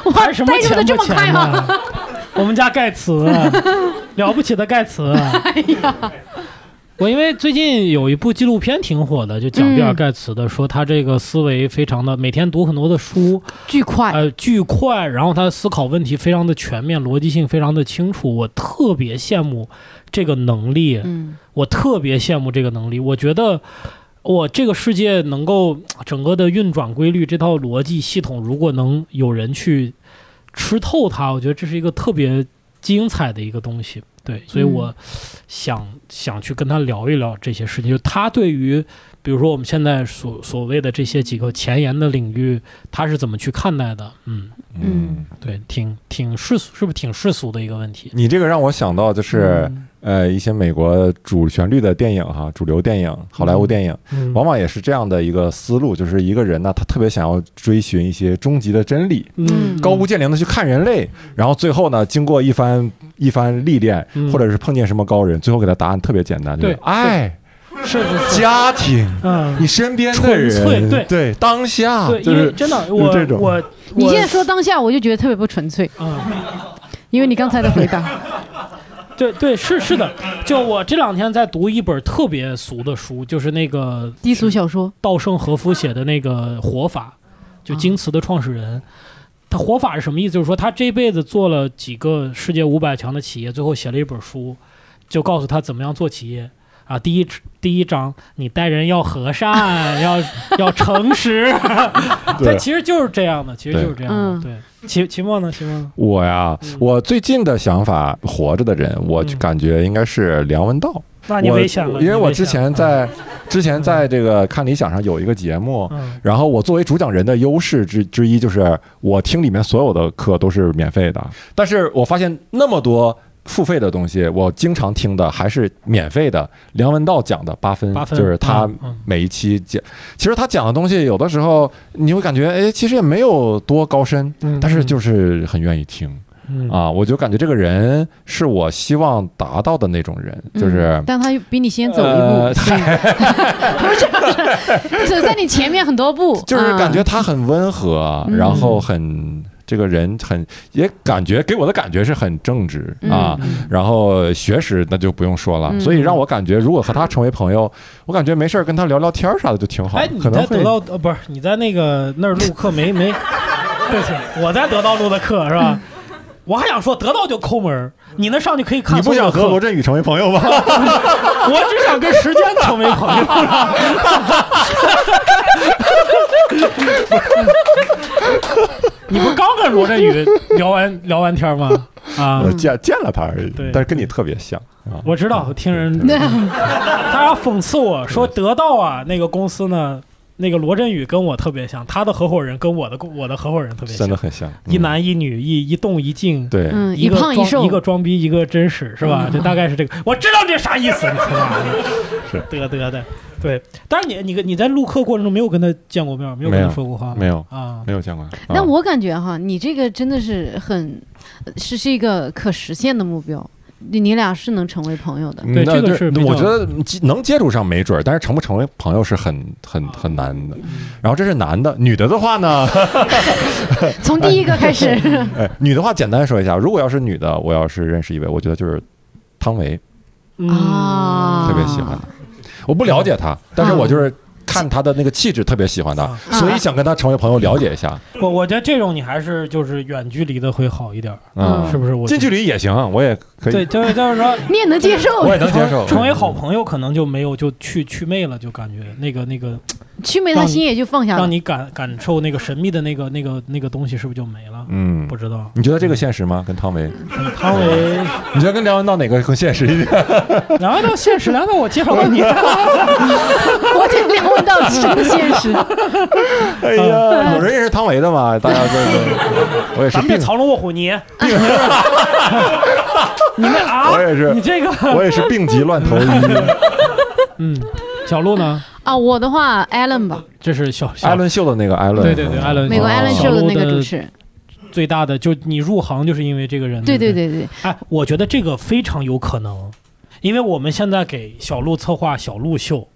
S2: 我
S3: 还什么
S2: 带入
S3: 钱
S2: 的
S3: 不
S2: 这么
S3: 钱呢
S2: 快吗？
S3: 我们家盖茨，啊 了不起的盖茨。啊
S2: 哎
S3: 我因为最近有一部纪录片挺火的，就讲比尔
S2: 嗯
S3: 盖茨的，说他这个思维非常的，每天读很多的书，
S2: 巨快，
S3: 呃，巨快，然后他思考问题非常的全面，逻辑性非常的清楚，我特别羡慕这个能力，
S2: 嗯，
S3: 我特别羡慕这个能力，我觉得。我这个世界能够整个的运转规律，这套逻辑系统，如果能有人去吃透它，我觉得这是一个特别精彩的一个东西。对，所以我想、想去跟他聊一聊这些事情，就他对于比如说我们现在所所谓的这些几个前沿的领域，他是怎么去看待的？嗯
S4: 嗯，
S3: 对，挺挺世俗，是不是挺世俗的一个问题？
S4: 你这个让我想到就是，
S2: 嗯
S4: 呃，一些美国主旋律的电影哈，主流电影，好莱坞电影，
S3: 嗯
S4: 往往也是这样的一个思路，就是一个人呢，他特别想要追寻一些终极的真理，
S3: 嗯
S4: 高屋建瓴的去看人类，然后最后呢，经过一番一番历练，
S3: 嗯
S4: 或者是碰见什么高人，最后给他答案特别简单，就
S3: 对
S4: 是，爱、
S3: 是是是
S4: 家庭，
S3: 嗯，
S4: 你身边的
S3: 纯粹
S4: 人，
S3: 对
S4: 对，当下，
S3: 对，
S4: 就
S3: 因为
S4: 是
S3: 真的，
S4: 就是
S3: 我
S4: 这种
S3: 我
S2: 你现在说当下，我就觉得特别不纯粹，
S3: 嗯，
S2: 因为你刚才的回
S4: 啊
S2: 答，
S3: 对对是是的，就我这两天在读一本特别俗的书，就是那个
S2: 低俗小说，啊
S3: 稻盛和夫写的那个《活法》，就京瓷的创始人。他活法是什么意思？就是说他这辈子做了几个世界五百强的企业，最后写了一本书，就告诉他怎么样做企业。啊，第一第一章，你待人要和善，要要诚实，
S4: 对
S3: 这其实就是这样的，其实就是这样的。对，秦秦墨呢？秦墨呢？
S4: 我呀，
S3: 嗯
S4: 我最近的想法，活着的人，我就感觉应该是梁文道。
S3: 那你
S4: 我
S3: 危险了嗯
S4: 因为
S3: 你
S4: 我
S3: 危
S4: 之
S3: 险
S4: 前在之前在这个看理想上有一个节目
S3: 嗯，
S4: 然后我作为主讲人的优势之之一就是我听里面所有的课都是免费的，但是我发现那么多。付费的东西，我经常听的还是免费的。梁文道讲的八分，
S3: 八分
S4: 就是他
S3: 嗯嗯
S4: 每一期讲，其实他讲的东西有的时候你会感觉，哎，其实也没有多高深，但是就是很愿意听。
S3: 嗯
S4: 啊，我就感觉这个人是我希望达到的那种人，就是
S2: 嗯但他比你先走一
S4: 呃，
S2: 步，嗯
S4: 嗨
S2: 走在你前面很多步，
S4: 就是感觉
S2: 嗯
S4: 他很温和，
S2: 嗯
S4: 然后很这个人很也感觉给我的感觉是很正直啊，然后学识那就不用说了，
S3: 嗯
S4: 所以让我感觉如果和他成为朋友，我感觉没事儿跟他聊聊天儿啥的就挺好
S3: 哎，，你
S4: 啊可能
S3: 在
S4: 会
S3: 得到呃不是你在那个那儿录课没没？对不起，我在得到录的课是吧？我还想说得到就抠门儿，你那上去可以看。
S5: 你不想和罗振宇成为朋友吗？
S3: 我只想跟时间成为朋友。 你不刚跟罗振宇 聊完聊完天吗？啊
S4: 呃，见见了他而已
S3: 对，
S4: 但是跟你特别像啊，
S3: 我知道，我听人
S2: 啊
S3: 大家讽刺我说得到啊那个公司呢，那个罗振宇跟我特别像，他的合伙人跟我的我的合伙人特别像
S4: 真的，很像，
S3: 一男一女，一一动一静，
S4: 嗯对
S2: 嗯
S3: 一个
S2: 一胖一
S3: 装
S2: 瘦
S3: 一个装逼，一个真实，是吧？
S2: 嗯
S3: 这大概是这个，我知道这啥意思，你知道吗？
S4: 是
S3: 得得的，对。但是你你你在录课过程中没有跟他见过面，没有
S4: 没
S3: 跟
S4: 有
S3: 他说过话，
S4: 没有
S3: 啊，
S4: 没有见过啊。
S2: 但我感觉哈，你这个真的是很，呃是是一个可实现的目标，你你俩是能成为朋友的。
S4: 嗯那我觉得接能接触上没准儿，但是成不成为朋友是很很很难的。
S3: 嗯
S4: 然后这是男的，女的的话呢，
S2: 从第一个开始，
S4: 哎，女的话简单说一下，如果要是女的，我要是认识一位，我觉得就是汤唯，
S3: 嗯
S2: 啊，
S4: 特别喜欢她。我不了解她，但是我就是看她的那个气质特别喜欢她，所以想跟她成为朋友，了解一下。
S3: 我我觉得这种你还是就是远距离的会好一点儿，
S4: 嗯，
S3: 是不是？我
S4: 近距离也行，我也可以。
S3: 对，就是就是说
S2: 你也能接受
S4: 我也能接受
S3: 成为好朋友可能就没有就去去魅了，就感觉那个那个
S2: 去魅他
S3: 让你
S2: 心也就放下了
S3: 让你感感受那个神秘的那个那个那个东西是不是就没了？
S4: 嗯，
S3: 不知道。
S4: 你觉得这个现实吗？跟汤唯？
S3: 汤唯，
S4: 你觉得跟梁文道哪个更现实一 点？
S3: 然后到现实，难道我介绍给你？
S2: 我这梁文道真的现实。
S4: 哎呀，有人认识汤唯的吗？大家 这个，我也是
S3: 咱们这
S4: 病，
S3: 藏龙卧虎，你，你们啊，
S4: 我也是
S3: 你这个，
S4: 我也是病急乱投医。
S3: 嗯，小鹿呢？
S2: 啊，我的话，Allen 吧，
S3: 这是小小
S4: 艾伦秀的那个艾伦，
S3: 对对对，艾伦，
S2: 美国艾伦秀的那个主持人。
S3: 最大的就你入行就是因为这
S4: 嗯
S3: 个人，
S2: 对
S3: 对
S2: 对对 对，
S3: 哎， 我觉得这个非常有可能，因为我们现在给小鹿策划小鹿秀，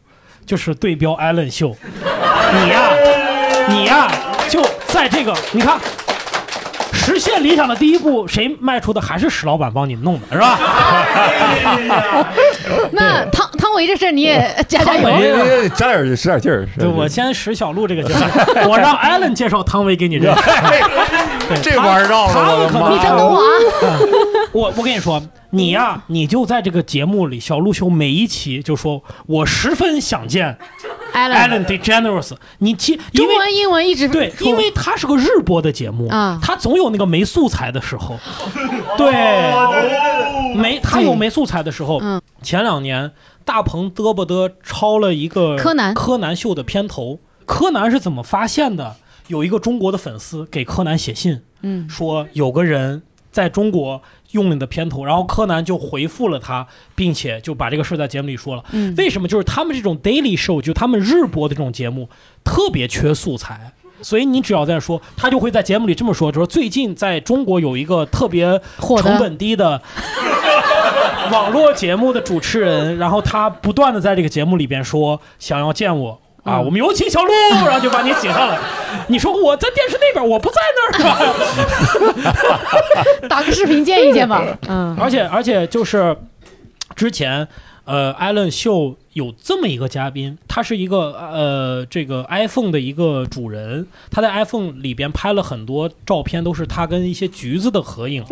S3: 就是对标艾伦秀。你呀、你呀、就在这个，你看，实现理想的第一步，谁迈出的还是史老板帮你弄的，是吧？
S2: 那汤汤唯这事儿你也
S4: 哦
S2: 加加油。
S4: 唯，哎加点使点劲儿。
S3: 对，我先使小鹿这个劲儿，我让艾伦介绍汤唯给你认识。对
S5: 这弯儿绕了
S3: 他们可能
S5: 我的妈你真懂我啊
S3: 嗯 我我跟你说，你呀、
S2: 嗯
S3: 你就在这个节目里，小鹿秀每一期就说，我十分想见
S2: Ellen
S3: Ellen DeGeneres。你其中文
S2: 英文一直
S3: 对，因为它是个日播的节目
S2: 啊
S3: 它总有那个没素材的时候。
S5: 哦
S3: 对，没他有没素材的时候。
S2: 嗯
S3: 前两年大鹏嘚不嘚抄了一个
S2: 柯南
S3: 柯南秀的片头，柯南是怎么发现的？有一个中国的粉丝给柯南写信，
S2: 嗯
S3: 说有个人在中国用了你的片头，然后柯南就回复了他，并且就把这个事儿在节目里说了。
S2: 嗯
S3: 为什么？就是他们这种 daily show，就他们日播的这种节目，特别缺素材。所以你只要在说，他就会在节目里这么说，就说最近在中国有一个特别
S2: 火的
S3: 成本低 的网络节目的主持人，然后他不断的在这个节目里边说想要见我啊，
S5: 嗯
S3: 我们有请小鹿，然后就把你请上来。你说我在电视那边，我不在那儿是吧？
S2: 打个视频见一见吧。嗯，
S3: 而且而且就是之前呃，艾伦秀有这么一个嘉宾，他是一个呃这个 iPhone 的一个主人，他在 iPhone 里边拍了很多照片，都是他跟一些橘子的合影。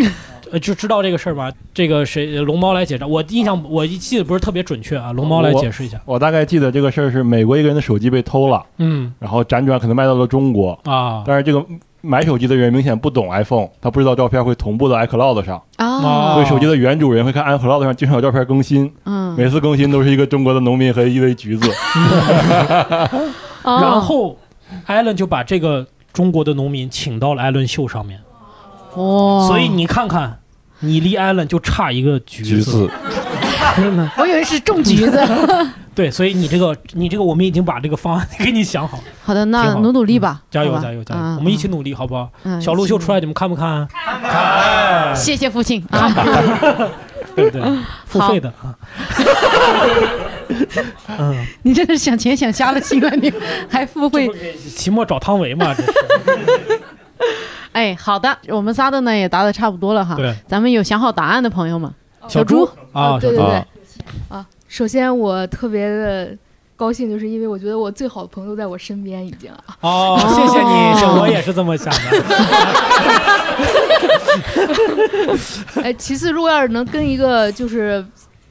S3: 呃，就知道这个事儿吧？这个谁龙猫来解释？我印象我记得不是特别准确啊，龙猫来解释一下。
S6: 我。我大概记得这个事儿是美国一个人的手机被偷了，
S3: 嗯
S6: 然后辗转可能卖到了中国
S3: 啊
S6: 但是这个买手机的人明显不懂 iPhone，他不知道照片会同步到 iCloud 上
S2: 哦
S6: 所以手机的原主人会看 iCloud 上经常有照片更新，
S2: 嗯
S6: 每次更新都是一个中国的农民和一堆橘子，
S2: 哦
S3: 然后艾伦就把这个中国的农民请到了艾伦秀上面，
S2: 哦，
S3: 所以你看看，你离艾伦就差一个橘子。真的，
S2: 我以为是种橘 子。
S3: 对，所以你这个你这个，我们已经把这个方案给你想好了，
S2: 好的，
S3: 挺
S2: 那
S3: 好
S2: 努努力吧，
S3: 嗯加油
S2: 好吧
S3: 加油加油
S2: 啊，
S3: 我们一起努力，好不好？
S2: 嗯
S3: 小鹿秀出来，你们看不看啊？看，
S2: 谢谢 父亲啊。
S3: 对不对？付费的啊。嗯，
S2: 你这是想钱想瞎了心了，你还付费？
S3: 期末找汤唯嘛， 这是
S2: 哎，好的，我们仨的呢也答的差不多了哈。
S3: 对
S2: 咱们有想好答案的朋友们，
S3: 小
S2: 猪
S3: 啊，
S13: 对对
S3: 小猪
S13: 对，啊，首先我特别的高兴，就是因为我觉得我最好的朋友都在我身边已经啊。
S3: 哦，谢谢你，这我也是这么想的。
S13: 哎，其次，如果要是能跟一个就是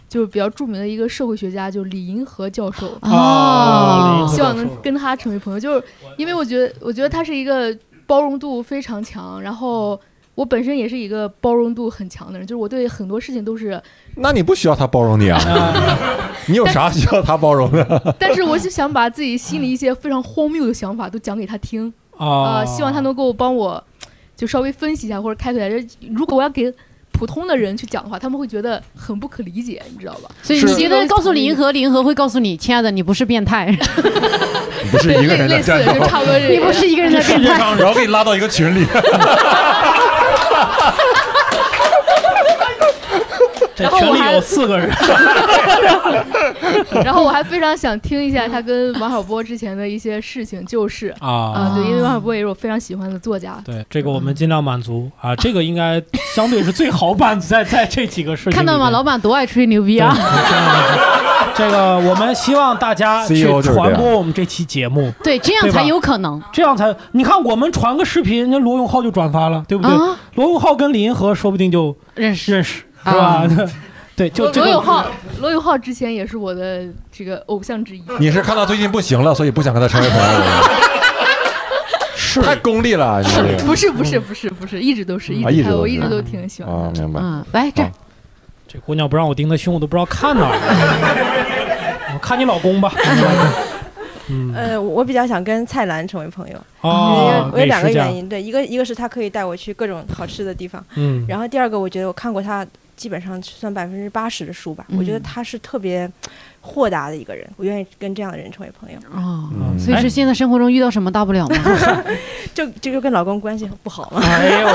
S13: 就是比较著名的一个社会学家，就是李银河教授
S2: 哦
S13: 希望能跟他成为朋友，就是因为我觉得我觉得他是一个包容度非常强，然后。我本身也是一个包容度很强的人，就是我对很多事情都是，
S4: 那你不需要他包容你啊？ 你有啥需要他包容的？
S13: 但是我是想把自己心里一些非常荒谬的想法都讲给他听。
S3: 哦
S13: 呃，希望他能够帮我，就稍微分析一下或者开拓一下。如果我要给普通的人去讲的话，他们会觉得很不可理解，你知道吧？
S2: 所以你觉得告诉李银河，李银河会告诉你，亲爱的，你不是变态，
S4: 不是一个人在战斗，
S13: 类似就差不多这个
S2: 你不是一个人在变态。
S4: 然后给你拉到一个群里。
S3: 这
S13: 然后
S3: 群
S13: 我
S3: 里
S13: 还
S3: 有四个人，
S13: 然后我还非常想听一下他跟王小波之前的一些事情，就是
S3: 啊
S13: 对，因为王小波也是我非常喜欢的作家。
S3: 对这个我们尽量满足啊，这个应该相对是最好办，在在这几个事情里面。
S2: 看到吗？老板多爱吹牛逼啊！
S3: 这个我们希望大 家去
S4: CEO E 就是这样
S3: 传播我们这期节目，
S2: 对，这样
S3: 对吧
S2: 才有可能。
S3: 这样才你看我们传个视频，那罗永浩就转发了，对不对？
S2: 啊
S3: 罗永浩跟李银河说不定就
S2: 认识啊
S3: 认识，是吧？ 对，就
S13: 罗
S3: 这
S13: 罗
S3: 个
S13: 永浩，罗永浩之前也是我的这个偶像之一。
S4: 你是看他最近不行了，所以不想跟他成为朋友了。
S3: 是
S4: 太功利了，啊你这 个
S13: 不是不是不是不是，一直都是，一
S4: 嗯啊一
S13: 直
S4: 直
S13: 他
S4: 都
S13: 我
S4: 是
S13: 一直都挺喜欢。
S4: 啊，明白。
S2: 嗯，来这儿，
S3: 这姑娘不让我盯她胸，我都不知道看哪儿 了。我看你老公吧。
S8: 呃，我比较想跟蔡澜成为朋友。
S3: 哦
S8: 我有两个
S3: 美食家
S8: 原因，对，一个一个是他可以带我去各种好吃的地方，
S3: 嗯
S8: 然后第二个我觉得我看过他基本上算百分之八十的书吧，
S2: 嗯
S8: 我觉得他是特别豁达的一个人，我愿意跟这样的人成为朋友。
S2: 哦，所以是现在生活中遇到什么大不了吗？
S8: 就这就跟老公关系不好嘛。
S3: 哎呦，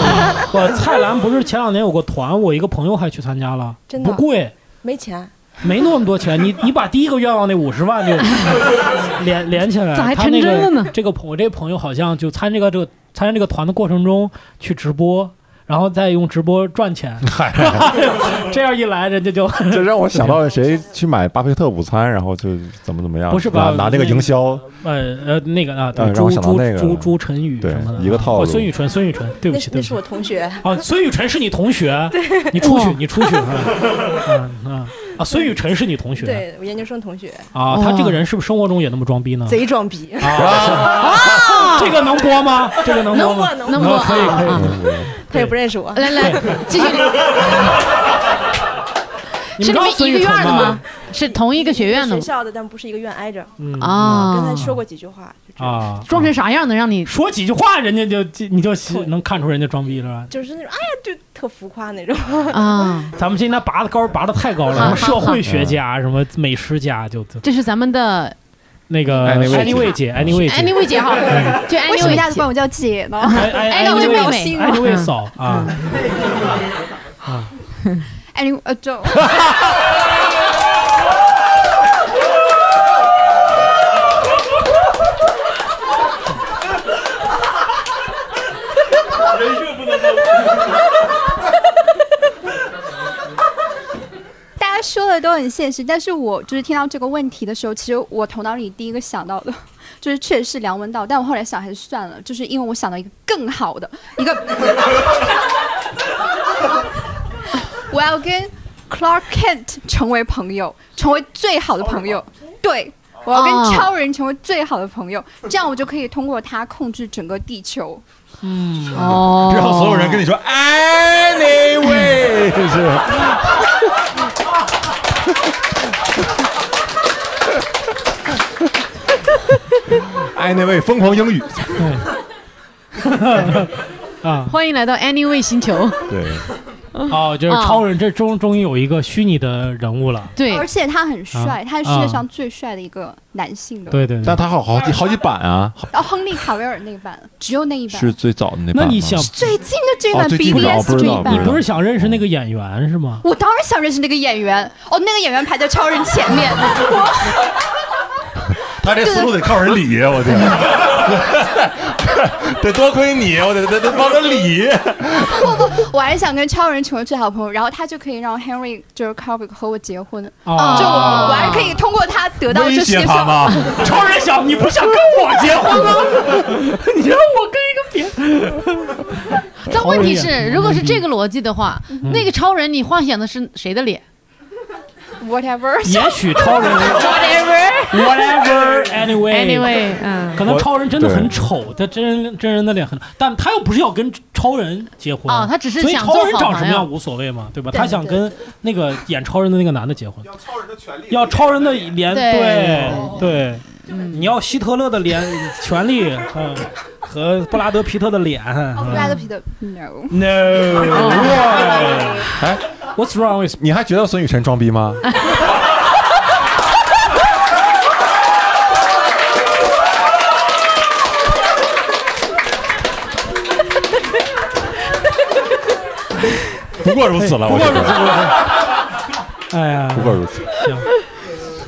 S3: 我蔡澜不是前两年有个团，我一个朋友还去参加了，
S8: 真的
S3: 不贵，
S8: 没钱，
S3: 没那么多钱，你你把第一个愿望那五 十万就连连起来，
S14: 咋还
S3: 他
S14: 成
S3: 那
S14: 真
S3: 个
S14: 了呢
S3: 这个朋我这个朋友好像就参这个这个参加这个团的过程中去直播，然后再用直播 赚钱， 这样一来人家就
S4: 这让我想到谁去买巴菲特午餐，然后就怎么怎么样，
S3: 不是吧
S4: 拿拿那个营销，
S3: 呃呃那个啊，对
S4: 呃让
S3: 朱
S4: 我想到
S3: 朱
S4: 那个
S3: 朱朱晨宇
S4: 对
S3: 什么的，
S4: 一个套
S3: 哦
S4: 路
S3: 孙雨晨，孙雨晨，对不起对
S8: 那
S3: 不
S8: 是
S3: 起
S8: 我，同学。
S3: 哦，孙雨晨是你同学，你出
S14: 哦
S3: 去你 出去，啊嗯嗯啊啊，孙雨晨是你同学，
S8: 对我研究生同学哦
S3: 啊，他这
S14: 哦
S3: 个人是不是生活中也那么装逼呢？
S8: 贼装逼
S3: 啊！这个能播吗？这个能播吗？
S8: 能播能播
S3: 可以可以
S8: 啊
S3: 可以。
S8: 他也不认识我。
S2: 来来，继 续。
S3: 你
S2: 是
S3: 们知
S2: 你
S3: 道
S2: 们
S3: 孙
S2: 一
S3: 雨
S2: 个院
S3: 晨
S2: 儿的
S3: 吗
S2: 吗？？是同一个学院的
S8: 学
S2: 吗？
S8: 校的，但不是一个院挨着。
S3: 嗯
S2: 啊
S8: 跟他说过几句话，
S3: 啊，
S2: 装成啥样能让你
S3: 说几句话，人家就就你就能看出人家装逼了吧？
S8: 就是那种哎呀，就特浮夸那种。
S2: 啊，
S3: 咱们今天拔的高拔的太高了，什么社会学
S4: 啊
S3: 家，什么美食家，就就
S2: 这是咱们的
S3: 那个
S4: Anyway
S3: anyway 姐，anyway 姐嗯
S2: anyway 姐哈，就
S9: 为什么
S2: anyway
S9: 一下
S2: 姐
S9: 子管我叫姐呢？
S2: 哎
S9: 我就没有
S2: 妹妹
S9: 心了。
S3: ，anyway 嫂
S2: 嗯
S3: 啊，
S9: anyway 呃就。
S5: 人设不能够。
S9: 大家说的都很现实，但是我就是听到这个问题的时候，其实我头脑里第一个想到的就是确实是梁文道，但我后来想还是算了，就是因为我想到一个更好的一个，我要跟 Clark Kent 成为朋友，成为最好的朋友，对。我要
S2: 哦
S9: 跟超人成为最好的朋友这样我就可以通过他控制整个地球。
S2: 嗯
S5: 哦让所有人跟你说 anyway，是
S4: 哎那位疯狂英语，
S3: 啊，
S2: 欢迎来到 anyway 星球。
S4: 对，
S3: 哦，就是超人，这终终于有一个虚拟的人物了。
S2: 对，
S9: 而且他很帅，
S3: 啊
S9: 他是世界
S3: 啊
S9: 上最帅的一个男性的。
S3: 对对对
S4: 但他好好几好几版啊，
S9: 然后亨利卡维尔那一版，只有那一版。
S4: 是最早的那版吗。
S3: 那你想
S9: 最近的这一
S4: 哦
S9: 版
S4: 最近的哦
S9: BBS
S4: 不
S9: 这
S4: 知
S9: 一
S4: 道不知
S9: 版
S4: 道。
S3: 不是想认识那个演员是吗？
S9: 我当然想认识那个演员，哦，那个演员排在超人前面， 我
S5: 他这思路得靠人理，我天， 得多亏你，我得得得帮他 理。
S9: 我我还想跟超人成为最好朋友，然后他就可以让 Henry 就是 Carvick 和我结婚，
S5: 哦
S9: 就我我还可以通过他得到这世界上。
S3: 超人想，你不想跟我结婚吗？ 你让我跟一个别人。
S2: 但问题
S3: 超人
S2: 是，
S3: 也
S2: 如果是这个逻辑的话，那个超人你幻想的是谁的脸？
S9: Whatever，
S3: 也许超 人
S9: Whatever，Whatever，
S3: anyway
S2: Anyway，嗯
S3: 可能超人真的很
S4: 对
S3: 丑，他真人真人的脸很，但他又不是要跟超人结婚
S2: 哦他只是
S3: 所以
S2: 想
S3: 超人
S2: 做好
S3: 长什么
S2: 朋友
S3: 样无所谓嘛，对吧？
S2: 对
S3: 他想
S2: 对
S3: 跟那个演超人的那个男的结婚，要超人的脸，
S2: 对
S3: 对对，你要希特勒的脸权利， 嗯，和布拉德皮特的脸，嗯
S9: 哦布拉德皮特，No。
S13: 哦
S3: no，
S4: 哎
S3: ，What's wrong with？
S4: 你还觉得孙雨晨装逼吗？
S5: 不过如此 了，
S3: 不
S5: 我
S3: 过
S5: 觉
S3: 如此
S5: 得。
S3: 哎呀，
S4: 不过如此。
S3: 行，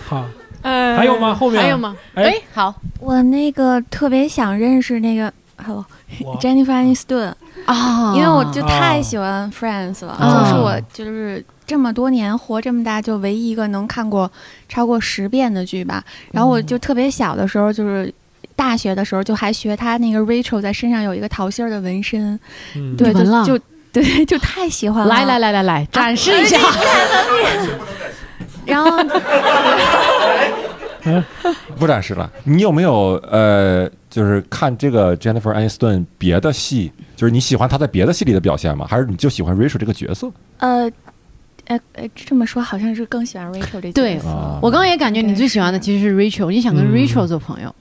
S3: 好，还有吗后面
S2: 呃还有吗？
S3: 哎
S2: 哎，好，
S15: 我那个特别想认识那个 Hello
S3: 哇
S15: Jennifer Aniston
S2: 啊
S15: 因为我就
S2: 啊
S15: 太喜欢 Friends 了，
S2: 啊
S15: 就是我就是这么多年活这么大，就唯一一个能看过超过十遍的剧吧。然后我就特别小的时候就是。大学的时候就还学她那个 Rachel 在身上有一个桃心儿的纹身，
S3: 嗯
S15: 对，
S2: 纹了
S15: 就就对，就太喜欢了。哎
S2: 来来来来来，展示一下。
S15: 然后
S3: 嗯
S4: 不展示了。你有没有呃，就是看这个 Jennifer Aniston 别的戏，就是你喜欢她在别的戏里的表现吗？还是你就喜欢 Rachel 这个角色？
S15: 呃呃呃，这么说好像是更喜欢 Rachel 这
S2: 对
S15: 角色，
S2: 我刚刚也感觉你最喜欢的其实是 Rachel，你想跟 Rachel 做朋友，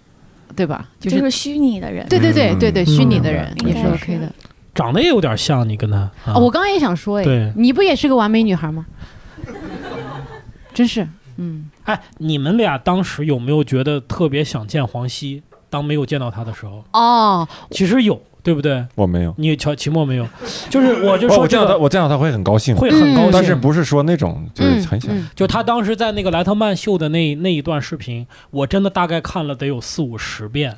S2: 对吧？就
S15: 就是
S2: 是
S15: 虚拟的人。
S2: 对对对
S3: 嗯
S2: 对对，
S3: 嗯
S2: 虚拟的人
S3: 嗯
S2: 也是
S3: 嗯
S2: OK 的。
S3: 长得也有点像你跟他，啊
S2: 啊我刚刚也想说，哎
S3: 对，
S2: 你不也是个完美女孩吗？真是，嗯，
S3: 哎，你们俩当时有没有觉得特别想见黄西？当没有见到他的时候，
S2: 哦，
S3: 其实有，对不对？
S4: 我没有，
S3: 你乔期末没有，就是我就
S4: 哦
S3: 说
S4: 我
S3: 这
S4: 见到
S3: 个
S4: 他，我见到他会很高兴，
S3: 会很高兴
S4: 但是不是说那种就是很想
S3: 嗯就他当时在那个莱特曼秀的那那一段视频，我真的大概看了得有四五十遍，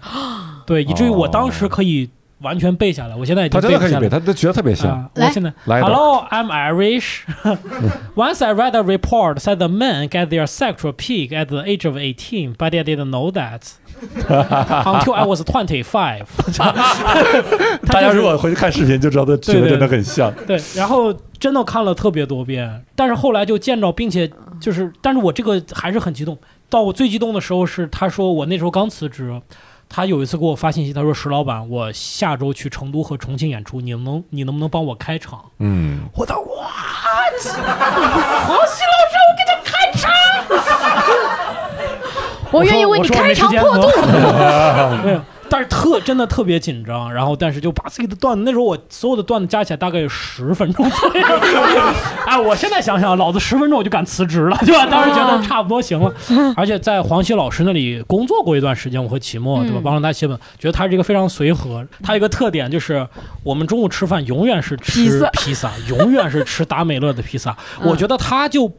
S3: 对，以至于我当时可以完全背下来。我现在已经
S4: 哦他真的可以
S3: 不下
S4: 背，
S3: 来
S4: 他他觉得特别像
S3: 啊。我现在
S4: 来的
S3: Hello, I'm Irish. Once I read a report said the men get their sexual peak at the age of 18, but I didn't know that until I was 25.
S5: 大家如果回去看视频就知道他觉
S3: 对
S5: 得
S3: 对
S5: 真的很像。
S3: 对，然后真的看了特别多遍，但是后来就见着，并且
S14: 嗯
S3: 就是，但是我这个还是很激动。到我最激动的时候是，他说我那时候刚辞职，他有一次给我发信息，他说石老板，我下周去成都和重庆演出，你能你能不能帮我开场？
S4: 嗯，
S3: 我操，哇！
S14: 啊好，徐老师，我给他开场。
S3: 我
S14: 我愿意为你开 肠破肚。
S3: 没有，但是特真的特别紧张，然后但是就把自己的段子，那时候我所有的段子加起来大概有十分钟左右。哎，我现在想想，老子十分钟我就敢辞职了，对吧？当时觉
S2: 啊
S3: 得差不多行 了。而且在黄西老师那里工作过一段时间，我和齐墨对吧
S16: 嗯，
S3: 帮了他写本，觉得他是一个非常随和。他有一个特点就是，我们中午吃饭永远是
S16: 披
S3: 吃
S16: 萨
S3: 披萨，永远是吃达美乐的 披萨。我觉得他就。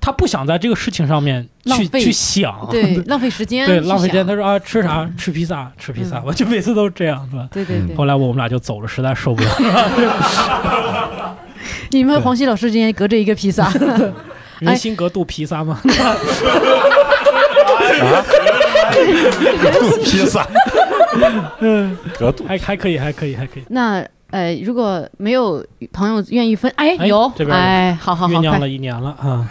S3: 他不想在这个事情上面
S2: 浪
S3: 去
S2: 费
S3: 去想，
S2: 对，浪费时间，
S3: 对，浪费时间。。他说啊，吃啥？吃披萨，吃披萨。我就每次都这样，是吧？
S2: 对嗯 对对
S3: 后来我们俩就走了，实在受不了。
S2: 你们和黄西老师之间隔着一个 披萨，哎
S3: 人心隔肚皮萨吗？
S5: 肚披萨，
S3: 嗯，
S5: 隔肚
S3: 还还可以，还可以，还可以。
S2: 那呃，如果没有朋友愿意分，哎，
S3: 哎
S2: 有
S3: 这，边
S2: 哎，好好
S3: 酝
S2: 好，
S3: 酿
S2: 快
S3: 了一年了啊。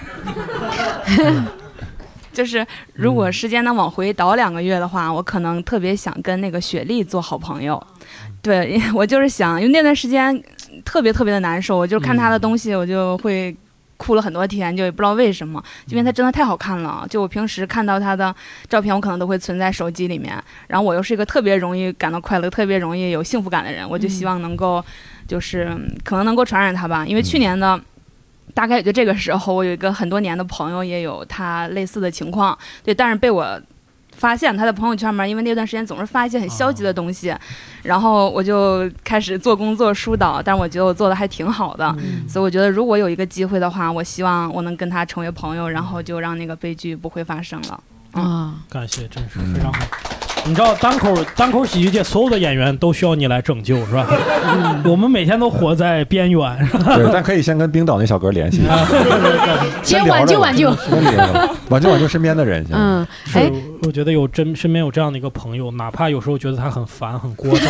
S17: 就是如果时间能往回倒两个月的话，我可能特别想跟那个雪莉做好朋友。 对，因为我就是想，因为那段时间嗯特别特别的难受，我就看她的东西，我就会哭了很多天，就也不知道为什么，因为她真的太好看了。就我平时看到她的照片，我可能都会存在手机里面。然后我又是一个特别容易感到快乐、特别容易有幸福感的人，我就希望能够，就是嗯可能能够传染她吧，因为去年的。大概也就这个时候，我有一个很多年的朋友也有他类似的情况，对，但是被我发现他的朋友圈嘛，因为那段时间总是发一些很消极的东西，然后我就开始做工作疏导，但是我觉得我做的还挺好的，所以我觉得如果有一个机会的话，我希望我能跟他成为朋友，然后就让那个悲剧不会发生了。
S2: 啊，
S3: 感谢，真是非常好。你知道单口单口喜剧界所有的演员都需要你来拯救，是吧？
S2: 嗯
S3: 我们每天都活在边缘，是吧？
S4: 对，但可以先跟冰岛那小哥联系一下，
S2: 先挽救挽救，
S4: 先聊 聊挽救挽救身边的人先。
S2: 嗯，
S3: 是
S2: 哎，，
S3: 我觉得有真身边有这样的一个朋友，哪怕有时候觉得他很烦、很聒噪，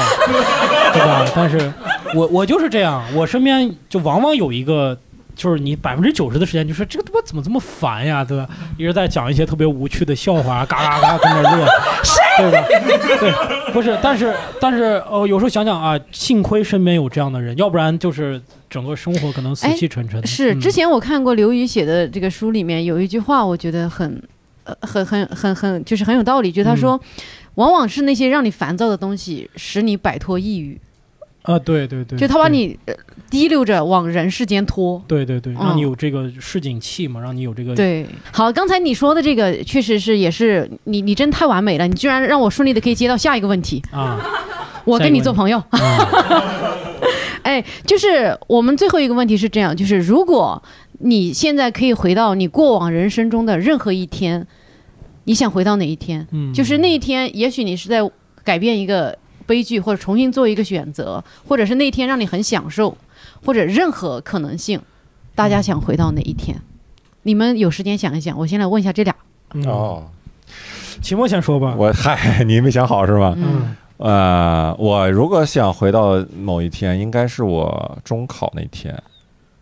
S3: 对吧？但是我我就是这样，我身边就往往有一个，就是你百分之九十的时间就说这个他妈怎么这么烦呀，对吧？一直在讲一些特别无趣的笑话，嘎嘎嘎跟那儿乐，对吧？对，不是，但是但是哦、有时候想想啊，幸亏身边有这样的人，要不然就是整个生活可能死
S2: 哎
S3: 气沉沉的。
S2: 是
S3: 嗯
S2: 之前我看过刘瑜写的这个书里面有一句话，我觉得很，呃，很很很很就是很有道理，
S3: 嗯
S2: 就是他说，往往是那些让你烦躁的东西，使你摆脱抑郁，
S3: 啊，对对对，
S2: 就他把
S3: 对
S2: 你呃提溜着往人世间拖。
S3: 对对对，让你
S2: 嗯
S3: 有这个市井气嘛，让你有这个
S2: 对，好，刚才你说的这个确实是也是你，你真太完美了，你居然让我顺利的可以接到下一个问题，
S3: 啊，
S2: 我跟你做朋
S3: 友。
S2: 友。
S3: 啊
S2: 哎，就是我们最后一个问题是这样，就是如果你现在可以回到你过往人生中的任何一天，你想回到哪一天？
S3: 嗯
S2: 就是那一天，也许你是在改变一个悲剧，或者重新做一个选择，或者是那一天让你很享受，或者任何可能性，大家想回到哪一天？你们有时间想一想。我先来问一下这俩，
S4: 哦，
S3: 嗯秦墨先说吧。
S4: 我嗨，你没想好是吧？
S2: 嗯。
S4: 呃，我如果想回到某一天，应该是我中考那天。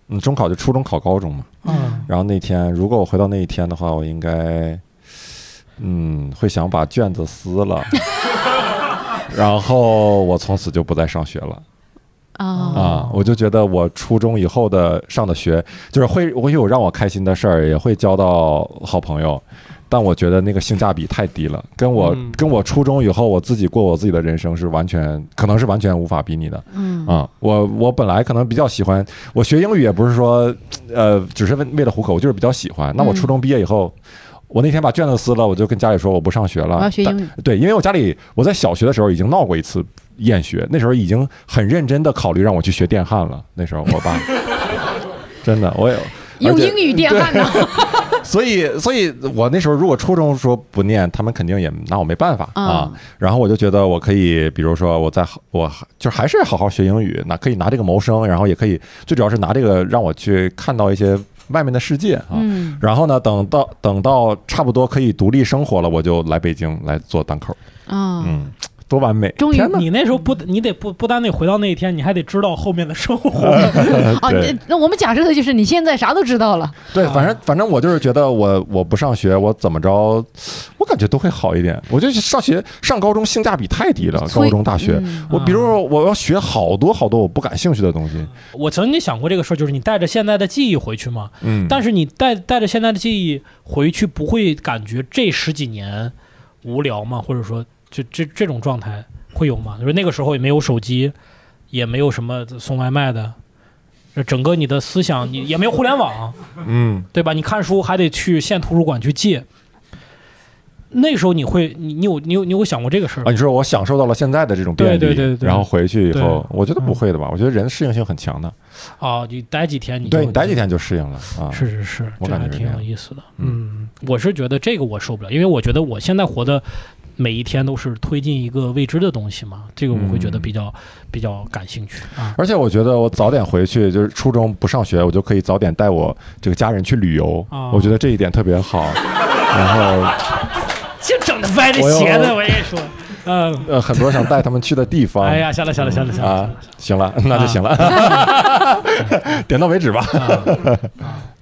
S4: 嗯，中考就初中考高中嘛。
S3: 嗯。
S4: 然后那天，如果我回到那一天的话，我应该，嗯，会想把卷子撕了， 然后我从此就不再上学了。啊，我就觉得我初中以后的上的学，就是会会有让我开心的事儿，也会交到好朋友，但我觉得那个性价比太低了，跟我、
S5: 嗯
S4: 跟我初中以后我自己过我自己的人生是完全可能是完全无法比拟的。
S5: 嗯
S4: 啊，我我本来可能比较喜欢，我学英语也不是说呃只是为为了糊口，我就是比较喜欢。那我初中毕业以后。我那天把卷子撕了，我就跟家里说我不上学了。
S2: 我要学英
S4: 但
S2: 语
S4: 对，因为我家里我在小学的时候已经闹过一次厌学，那时候已经很认真的考虑让我去学电焊了。那时候 我爸真的我也
S14: 用
S4: 而且
S14: 英语电焊
S3: 啊
S14: 呢，
S4: 所以，所以我那时候如果初中说不念，他们肯定也拿我没办法
S14: 嗯
S4: 啊。然后我就觉得我可以，比如说我在我就还是好好学英语，那可以拿这个谋生，然后也可以最主要是拿这个让我去看到一些外面的世界啊。
S14: 嗯
S4: 然后呢，等到等到差不多可以独立生活了，我就来北京来做单口。
S2: 啊，
S4: 嗯，多完美！
S3: 终于
S4: 天，哪
S3: 你那时候不，你得不不单得回到那一天，你还得知道后面的生活。
S2: 哦，那那我们假设的就是你现在啥都知道了，
S4: 对，反正反正我就是觉得我我不上学，我怎么着，我感觉都会好一点。我就上学上高中性价比太低了，
S3: 所以
S4: 高
S3: 嗯啊
S4: 中大学，我比如说我要学好多好多我不感兴趣的东西，
S3: 我曾经想过这个事儿，就是你带着现在的记忆回去嘛，
S4: 嗯
S3: 但是你带带着现在的记忆回去，不会感觉这十几年无聊吗？或者说，就这这种状态会有吗？就是那个时候也没有手机，也没有什么送外卖的，整个你的思想你也没有互联网，
S4: 嗯，
S3: 对吧？你看书还得去县图书馆去借。那时候你会，你你有你有你有想过这个事儿
S4: 啊，
S3: 吗
S4: 你说我享受到了现在的这种便利，
S3: 对对对对对嗯
S4: 然后回去以后，我觉得不会的吧？我觉得人适应性很强的，
S3: 啊？你待几天你就
S4: 对你待几天就适应了啊。
S3: 是是是，
S4: 我
S3: 这
S4: 感
S3: 还
S4: 觉是
S3: 挺
S4: 这
S3: 有
S4: 样
S3: 意思的。嗯，我是觉得这个我受不了，因为我觉得我现在活的每一天都是推进一个未知的东西嘛，这个我会
S4: 嗯
S3: 觉得比较、比较感兴趣啊。
S4: 而且我觉得我早点回去，就是初中不上学，我就可以早点带我这个家人去旅游，
S3: 啊
S4: 我觉得这一点特别好。然后。
S3: 就整的歪的斜的，我跟你说，嗯，
S4: 呃，很多想带他们去的地方。
S3: 哎呀行了行了行了行了啊
S4: 啊，行了，那就行了， 点到为止吧。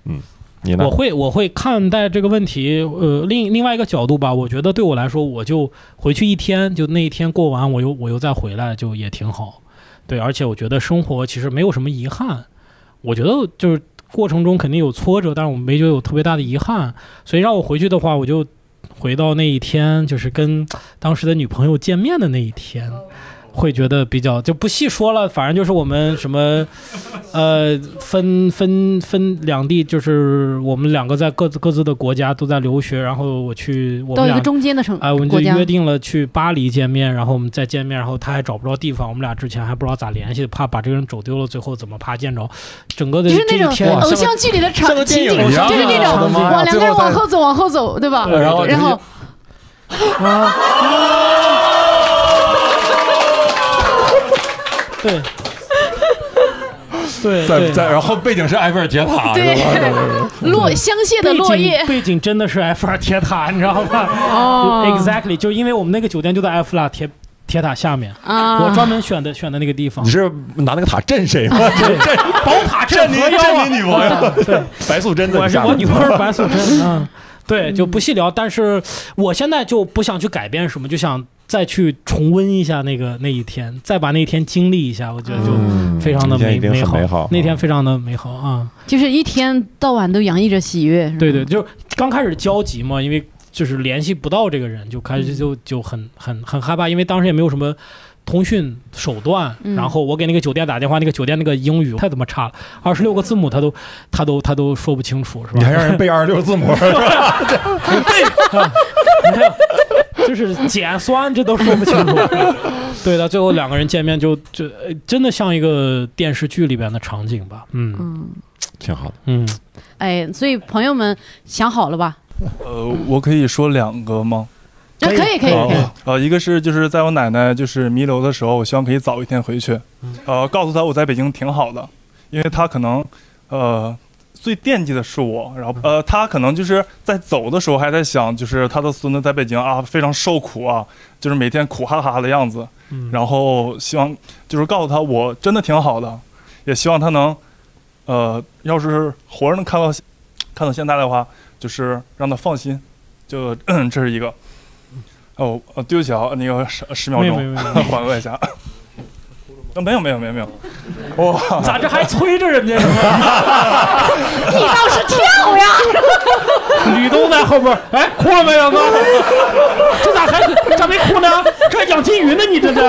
S4: 嗯，你呢？
S3: 我会我会看待这个问题，呃，另另外一个角度吧。我觉得对我来说，我就回去一天，就那一天过完，我又我又再回来，就也挺好。对，而且我觉得生活其实没有什么遗憾。我觉得就是过程中肯定有挫折，但是我没觉得有特别大的遗憾。所以让我回去的话，我就回到那一天，就是跟当时的女朋友见面的那一天。会觉得比较就不细说了，反正就是我们什么，呃，分分分两地，就是我们两个在各自各自的国家都在留学，然后我去我们
S2: 到一
S3: 俩
S2: 个中间的城，
S3: 哎，我们就
S2: 国家
S3: 约定了去巴黎见面，然后我们再见面，然后他还找不着地方，我们俩之前还不知道咋联系，怕把这个人走丢了，最后怎么怕见着，整个的
S2: 就是那
S3: 这一天
S2: 种偶像剧里的场
S3: 像个
S2: 情
S3: 电
S2: 景，
S3: 影
S2: 就
S3: 一样
S2: 是那
S3: 我的
S2: 种
S3: 妈呀
S2: 往两
S3: 最
S2: 个人
S3: 后再
S2: 往后走，往后走，对吧？
S3: 对然后
S2: 然后
S3: 对。对，
S4: 在
S3: 对
S4: 在，然后背景是埃菲尔铁塔，
S2: 对
S4: 是吧
S2: 落香榭的落叶
S3: 嗯背景背景真的是埃菲尔铁塔，你知道吗？
S2: 哦
S3: exactly，就因为我们那个酒店就在埃菲尔铁铁塔下面，
S2: 啊
S3: 我专门选的选的那个地方。啊
S4: 你是拿那个塔震谁吗？
S3: 对，宝塔镇
S4: 你
S3: 河妖啊
S4: 震你女朋友，
S3: 对，
S4: 白素贞的，
S3: 我
S4: 你
S3: 是
S4: 看
S3: 我女朋友白素贞，嗯， 对，就不细聊。但是我现在就不想去改变什么，就想再去重温一下那个那一天，再把那一天经历一下，我觉得就
S4: 嗯
S3: 非常的美
S4: 那天一定很
S3: 美
S4: 美好
S3: 那天非常的美好啊。
S2: 就是一天到晚都洋溢着喜悦。是吧
S3: 对对，就是刚开始焦急嘛，因为就是联系不到这个人，就开
S2: 嗯
S3: 始就就很很很害怕，因为当时也没有什么。通讯手段，
S11: 嗯
S3: 然后我给那个酒店打电话，那个酒店那个英语太他妈差了，二十六个字母他都他都他都说不清楚，是吧？
S4: 你还让人背二十六字母，是 吧？
S3: 就是碱酸，这都说不清楚。 对的，最后两个人见面就就呃真的像一个电视剧里边的场景吧，嗯
S2: 嗯，
S4: 挺好的，
S3: 嗯，
S2: 哎，所以朋友们想好了吧？
S16: 呃，我可以说两个吗？
S2: 那 啊可以可以
S16: 哦
S2: 可以。
S16: 呃，一个是就是在我奶奶就是弥留的时候，我希望可以早一天回去，
S2: 嗯
S16: 呃，告诉她我在北京挺好的，因为她可能呃最惦记的是我，然后
S2: 嗯
S16: 呃她可能就是在走的时候还在想，就是她的孙子在北京啊非常受苦啊，就是每天苦哈哈的样子，
S2: 嗯
S16: 然后希望就是告诉她我真的挺好的，也希望她能呃要是活着能看到看到现在的话，就是让她放心，就 这是一个。哦，呃，对不起啊，那个十十秒
S3: 没有
S16: 钟
S3: 没有没，有
S16: 缓和一下。啊，没有没有没有没 有，哇，
S3: 咋这还催着人家呢？
S14: 你倒是跳呀！
S3: 吕东在后边，哎，哭了没 有哥？这咋还咋没哭呢？这还养金鱼呢，你这是？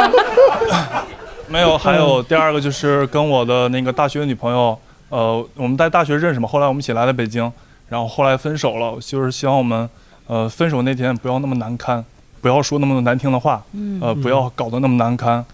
S16: 没有？还有第二个就是跟我的那个大学女朋友，呃，我们在大学认识嘛，后来我们一起来了北京，然后后来分手了，就是希望我们，呃，分手那天不要那么难堪，不要说那么难听的话，
S14: 嗯
S16: 呃，不要搞得那么难堪，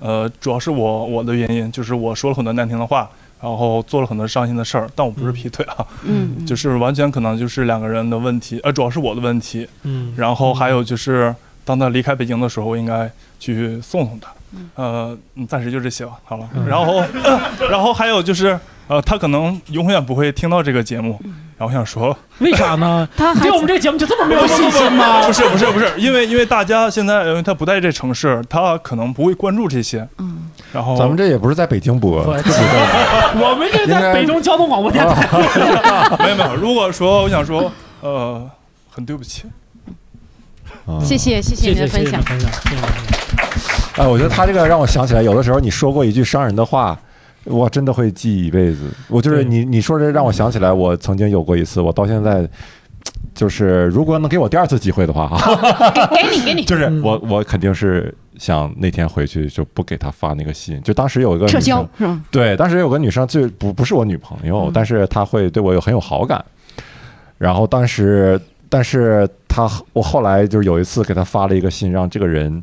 S16: 呃，主要是我我的原因，就是我说了很多难听的话，然后做了很多伤心的事儿，但我不是劈腿啊，
S14: 嗯嗯
S16: 就是完全可能就是两个人的问题，呃，主要是我的问题，
S14: 嗯
S16: 然后还有就是当他离开北京的时候，我应该去送送他，呃，嗯暂时就这些吧，好了，
S3: 嗯
S16: 然后、 然后还有就是呃，他可能永远不会听到这个节目，然后我想说，
S3: 嗯为啥呢？
S16: 他
S3: 对我们这个节目就这么没有信心吗？
S16: 不是不是不是，因为因为大家现在因为他不在这城市，他可能不会关注这些。嗯，然后
S4: 咱们这也不是在北京播，
S3: 我们这在北中交通广播电台。
S16: 没有没有，如果说我想说，呃，很对不起，
S2: 谢谢谢谢你的分享。
S3: 嗯
S4: 哎，我觉得他这个让我想起来，有的时候你说过一句伤人的话，我真的会记一辈子。我就是你你说这让我想起来，我曾经有过一次，我到现在就是如果能给我第二次机会的话啊，
S2: 哦给给你给你，
S4: 就是我我肯定是想那天回去就不给他发那个信。就当时有一个女生
S2: 撤销是吧？
S4: 对，当时有个女生就不不是我女朋友，
S2: 嗯
S4: 但是她会对我有很有好感。然后当时，但是她我后来就是有一次给她发了一个信，让这个人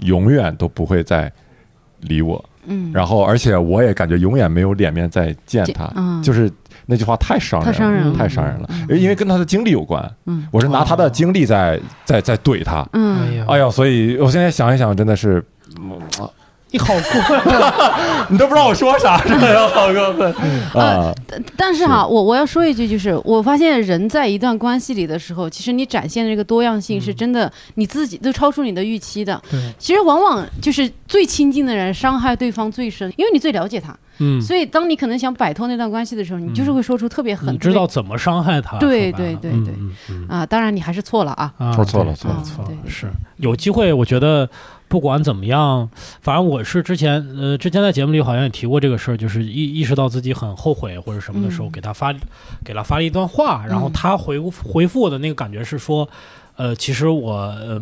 S4: 永远都不会再理我。
S2: 嗯
S4: 然后而且我也感觉永远没有脸面再见
S2: 见
S4: 她，
S2: 嗯
S4: 就是那句话太伤人了，
S2: 太伤人了
S4: 太伤人了，因为跟她的经历有关。
S2: 嗯
S4: 我是拿她的经历在在在怼她。
S2: 嗯，
S4: 哎呀，所以我现在想一想，真的是。嗯
S3: 你好过分，
S4: 你都不知道我说啥，真的好过分
S2: 嗯
S4: 啊！
S2: 但但是哈，我我要说一句，就是我发现人在一段关系里的时候，其实你展现的这个多样性是真的，你自己都超出你的预期的。
S14: 对
S2: 其实往往就是最亲近的人伤害对方最深，因为你最了解他。
S3: 嗯
S2: 所以当你可能想摆脱那段关系的时候，你就是会说出特别狠。
S3: 你知道怎么伤害他？
S2: 对
S3: 说白了
S2: 对对对
S3: 嗯嗯
S2: 啊，当然你还是错了啊。
S3: 啊
S4: 说错了
S3: 对
S4: 错了
S3: 啊
S4: 错
S2: 了
S3: 是有机会，我觉得不管怎么样，反正我是之前呃，之前在节目里好像也提过这个事儿，就是意意识到自己很后悔或者什么的时候，
S11: 嗯
S3: 给他发给他发了一段话，然后
S11: 嗯
S3: 他回复回复我的那个感觉是说，呃，其实我呃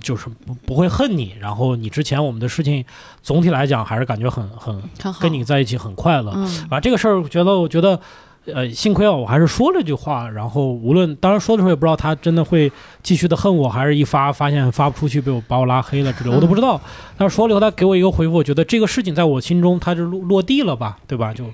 S3: 就是不不会恨你，然后你之前我们的事情总体来讲还是感觉很
S2: 很
S3: 跟你在一起很快乐，
S2: 嗯
S3: 啊，这个事儿，我觉得，我觉得，呃，幸亏啊，我还是说了句话。然后，无论当然说的时候，也不知道他真的会继续的恨我，还是一发发现发不出去，被我把我拉黑了之类的，我都不知
S2: 嗯
S3: 道。但是说了以后，他给我一个回复，我觉得这个事情在我心中，它就落落地了吧，对吧？就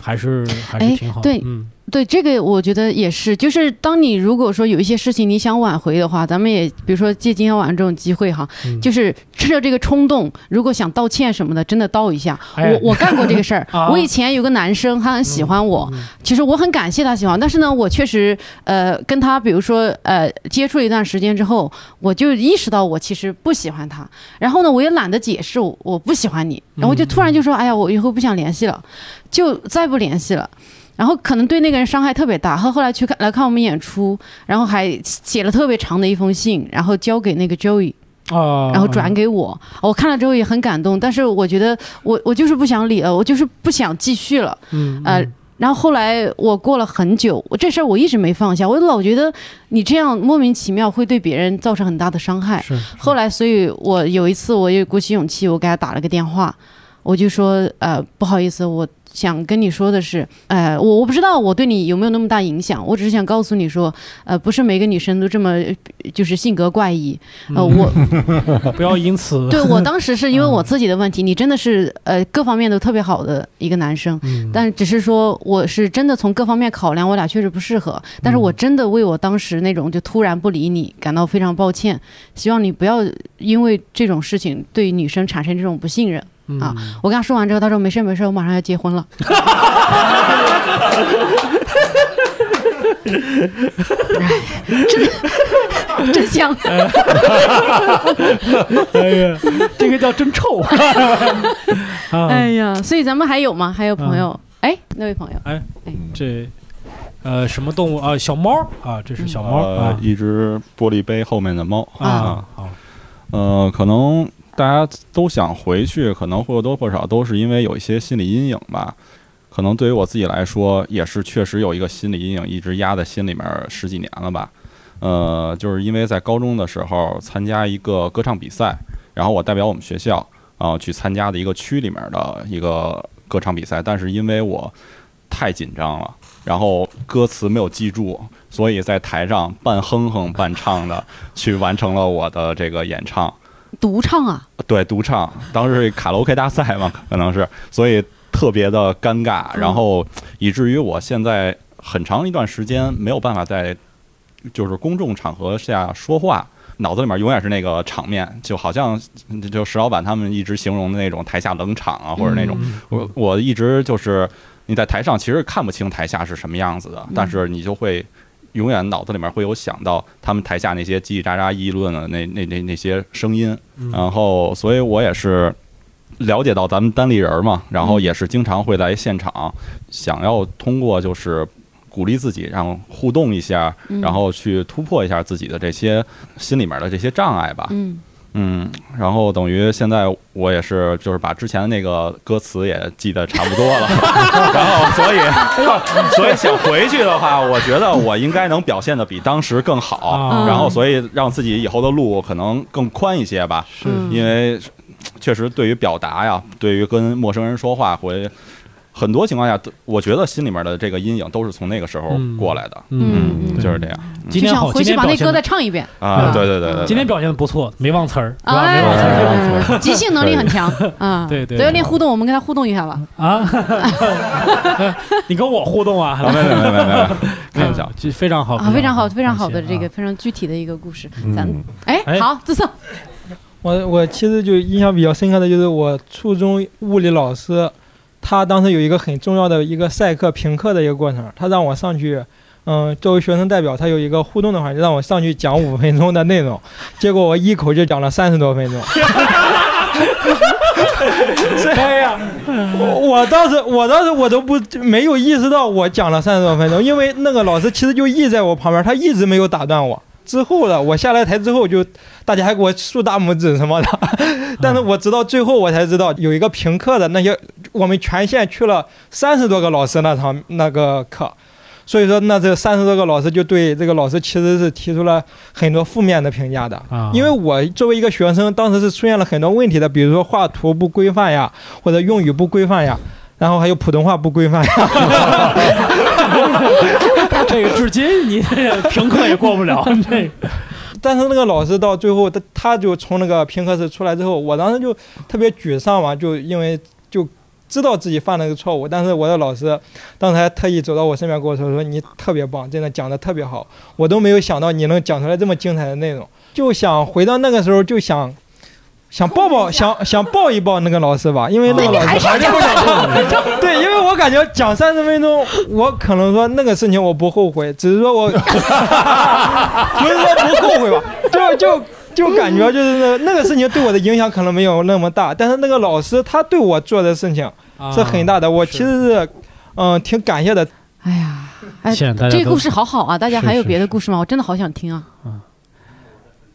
S3: 还是还是
S2: 嗯哎
S3: 挺好的。
S2: 对
S3: 嗯，
S2: 对，这个我觉得也是，就是当你如果说有一些事情你想挽回的话，咱们也比如说借今天晚上这种机会哈，
S3: 嗯
S2: 就是趁着这个冲动，如果想道歉什么的，真的道一下。
S3: 哎，
S2: 我我干过这个事儿
S3: 啊
S2: 我以前有个男生，他很喜欢我，其实我很感谢他喜欢我，但是呢，我确实呃跟他比如说呃接触一段时间之后，我就意识到我其实不喜欢他，然后呢，我也懒得解释我我不喜欢你，然后就突然就说，哎呀，我以后不想联系了，就再不联系了。然后可能对那个人伤害特别大。他后来去看来看我们演出，然后还写了特别长的一封信，然后交给那个 Joey。
S3: 啊，
S2: 然后转给我，哦我看了之后也很感动，但是我觉得我我就是不想理了，呃我就是不想继续了，
S3: 嗯
S2: 呃，然后后来我过了很久，我这事儿我一直没放下，我老觉得你这样莫名其妙会对别人造成很大的伤害。
S3: 是
S2: 后来，所以我有一次我也鼓起勇气，我给他打了个电话，我就说呃不好意思，我想跟你说的是，呃我我不知道我对你有没有那么大影响，我只是想告诉你说，呃不是每个女生都这么呃就是性格怪异，
S3: 嗯
S2: 呃我
S3: 不要因 此
S2: 对我当时是因为我自己的问题，你真的是呃各方面都特别好的一个男生，
S3: 嗯
S2: 但只是说我是真的从各方面考量，我俩确实不适合。但是我真的为我当时那种就突然不理你感到非常抱歉，希望你不要因为这种事情对女生产生这种不信任。
S3: 嗯
S2: 啊！我跟他说完之后，他说没事没事，我马上要结婚了。呃真香！
S3: 哎呀，这个叫真臭。啊
S2: 哎呀，所以咱们还有吗？还有朋友？哎，那位朋友，
S3: 哎，这呃什么动物啊？小猫啊，这是小猫
S18: 嗯
S11: 呃
S3: 啊，
S11: 一只玻璃杯后面的猫
S3: 啊
S11: 啊。呃，可能大家都想回去，可能或多或少都是因为有一些心理阴影吧。可能对于我自己来说，也是确实有一个心理阴影，一直压在心里面十几年了吧。呃，就是因为在高中的时候参加一个歌唱比赛，然后我代表我们学校啊、去参加的一个区里面的一个歌唱比赛，但是因为我太紧张了，然后歌词没有记住，所以在台上半哼哼半唱的去完成了我的这个演唱。
S2: 独唱啊，
S18: 对，独唱，当时是卡拉 OK 大赛嘛，可能是，所以特别的尴尬，然后以至于我现在很长一段时间没有办法在就是公众场合下说话。脑子里面永远是那个场面，就好像就石老板他们一直形容的那种台下冷场啊，或者那种，我我一直就是你在台上其实看不清台下是什么样子的，但是你就会永远脑子里面会有想到他们台下那些叽叽喳喳议论的那那那那些声音，
S16: 嗯
S18: 然后所以我也是了解到咱们单立人嘛，然后也是经常会来现场，想要通过就是。鼓励自己，让互动一下，
S16: 嗯
S18: 然后去突破一下自己的这些心里面的这些障碍吧。
S16: 嗯
S18: 嗯，然后等于现在我也是，就是把之前的那个歌词也记得差不多 了，然后所以 所以想回去的话，我觉得我应该能表现的比当时更好
S2: 嗯
S16: 啊，
S18: 然后所以让自己以后的路可能更宽一些吧。是
S2: 嗯
S18: 因为确实对于表达呀，对于跟陌生人说话会。很多情况下都，我觉得心里面的这个阴影都是从那个时候过来的，
S3: 嗯嗯
S18: 就是这样。
S3: 今天
S2: 想
S3: 好，
S2: 回去把那
S3: 今天表现得
S2: 歌再唱一遍
S18: 啊，对对对对，
S3: 今天表现的不错，没忘词儿，是吧？没忘词
S2: 哎
S3: 儿，，
S2: 即兴能力很强啊。
S3: 对对
S2: 所以那互动，我们跟他互动一下吧。
S3: 啊 你跟我互动啊？嗯
S18: 没有没有没有没 有，开玩笑，
S3: 这哦非常好
S2: 啊，非常好，非常好的这个非常具体的一个故事。咱们哎，
S19: 哎
S2: 好，自送。
S19: 我我其实就印象比较深刻的就是我初中物理老师，他当时有一个很重要的一个赛课评课的一个过程，他让我上去，嗯，作为学生代表，他有一个互动的环节，让我上去讲五分钟的内容，结果我一口就讲了三十多分钟。哎呀，我我当时我当时我都不没有意识到我讲了三十多分钟，因为那个老师其实就一直在我旁边，他一直没有打断我。之后了，我下了台之后就大家还给我竖大拇指什么的， 但是我直到最后我才知道有一个评课的那些，我们全县去了三十多个老师那场那个课。所以说，那这三十多个老师就对这个老师其实是提出了很多负面的评价的，因为我作为一个学生，当时是出现了很多问题的，比如说画图不规范呀，或者用语不规范呀，然后还有普通话不规范呀。
S3: 这个至今 你这评课也过不了，这个。
S19: 但是那个老师到最后，他他就从那个评课室出来之后，我当时就特别沮丧嘛，就因为就知道自己犯了个错误，但是我的老师当时还特意走到我身边跟我说：“说你特别棒，真的讲的特别好，我都没有想到你能讲出来这么精彩的内容。”就想回到那个时候，就想想抱抱，想想抱一抱那个老师吧，因为那个老师
S14: 还是还是不想
S19: 对，因为我感觉讲三十分钟，我可能说那个事情我不后悔，只是说我不是说不后悔吧，就就。就感觉就是那那个事情对我的影响可能没有那么大，但是那个老师他对我做的事情是很大的，我其实是，嗯，挺感谢的。
S2: 哎，
S19: 现在大家
S2: 这个
S19: 都
S2: 故事好好啊！大家
S19: 是
S2: 还有
S19: 是
S2: 别的故事吗？我真的好想听啊！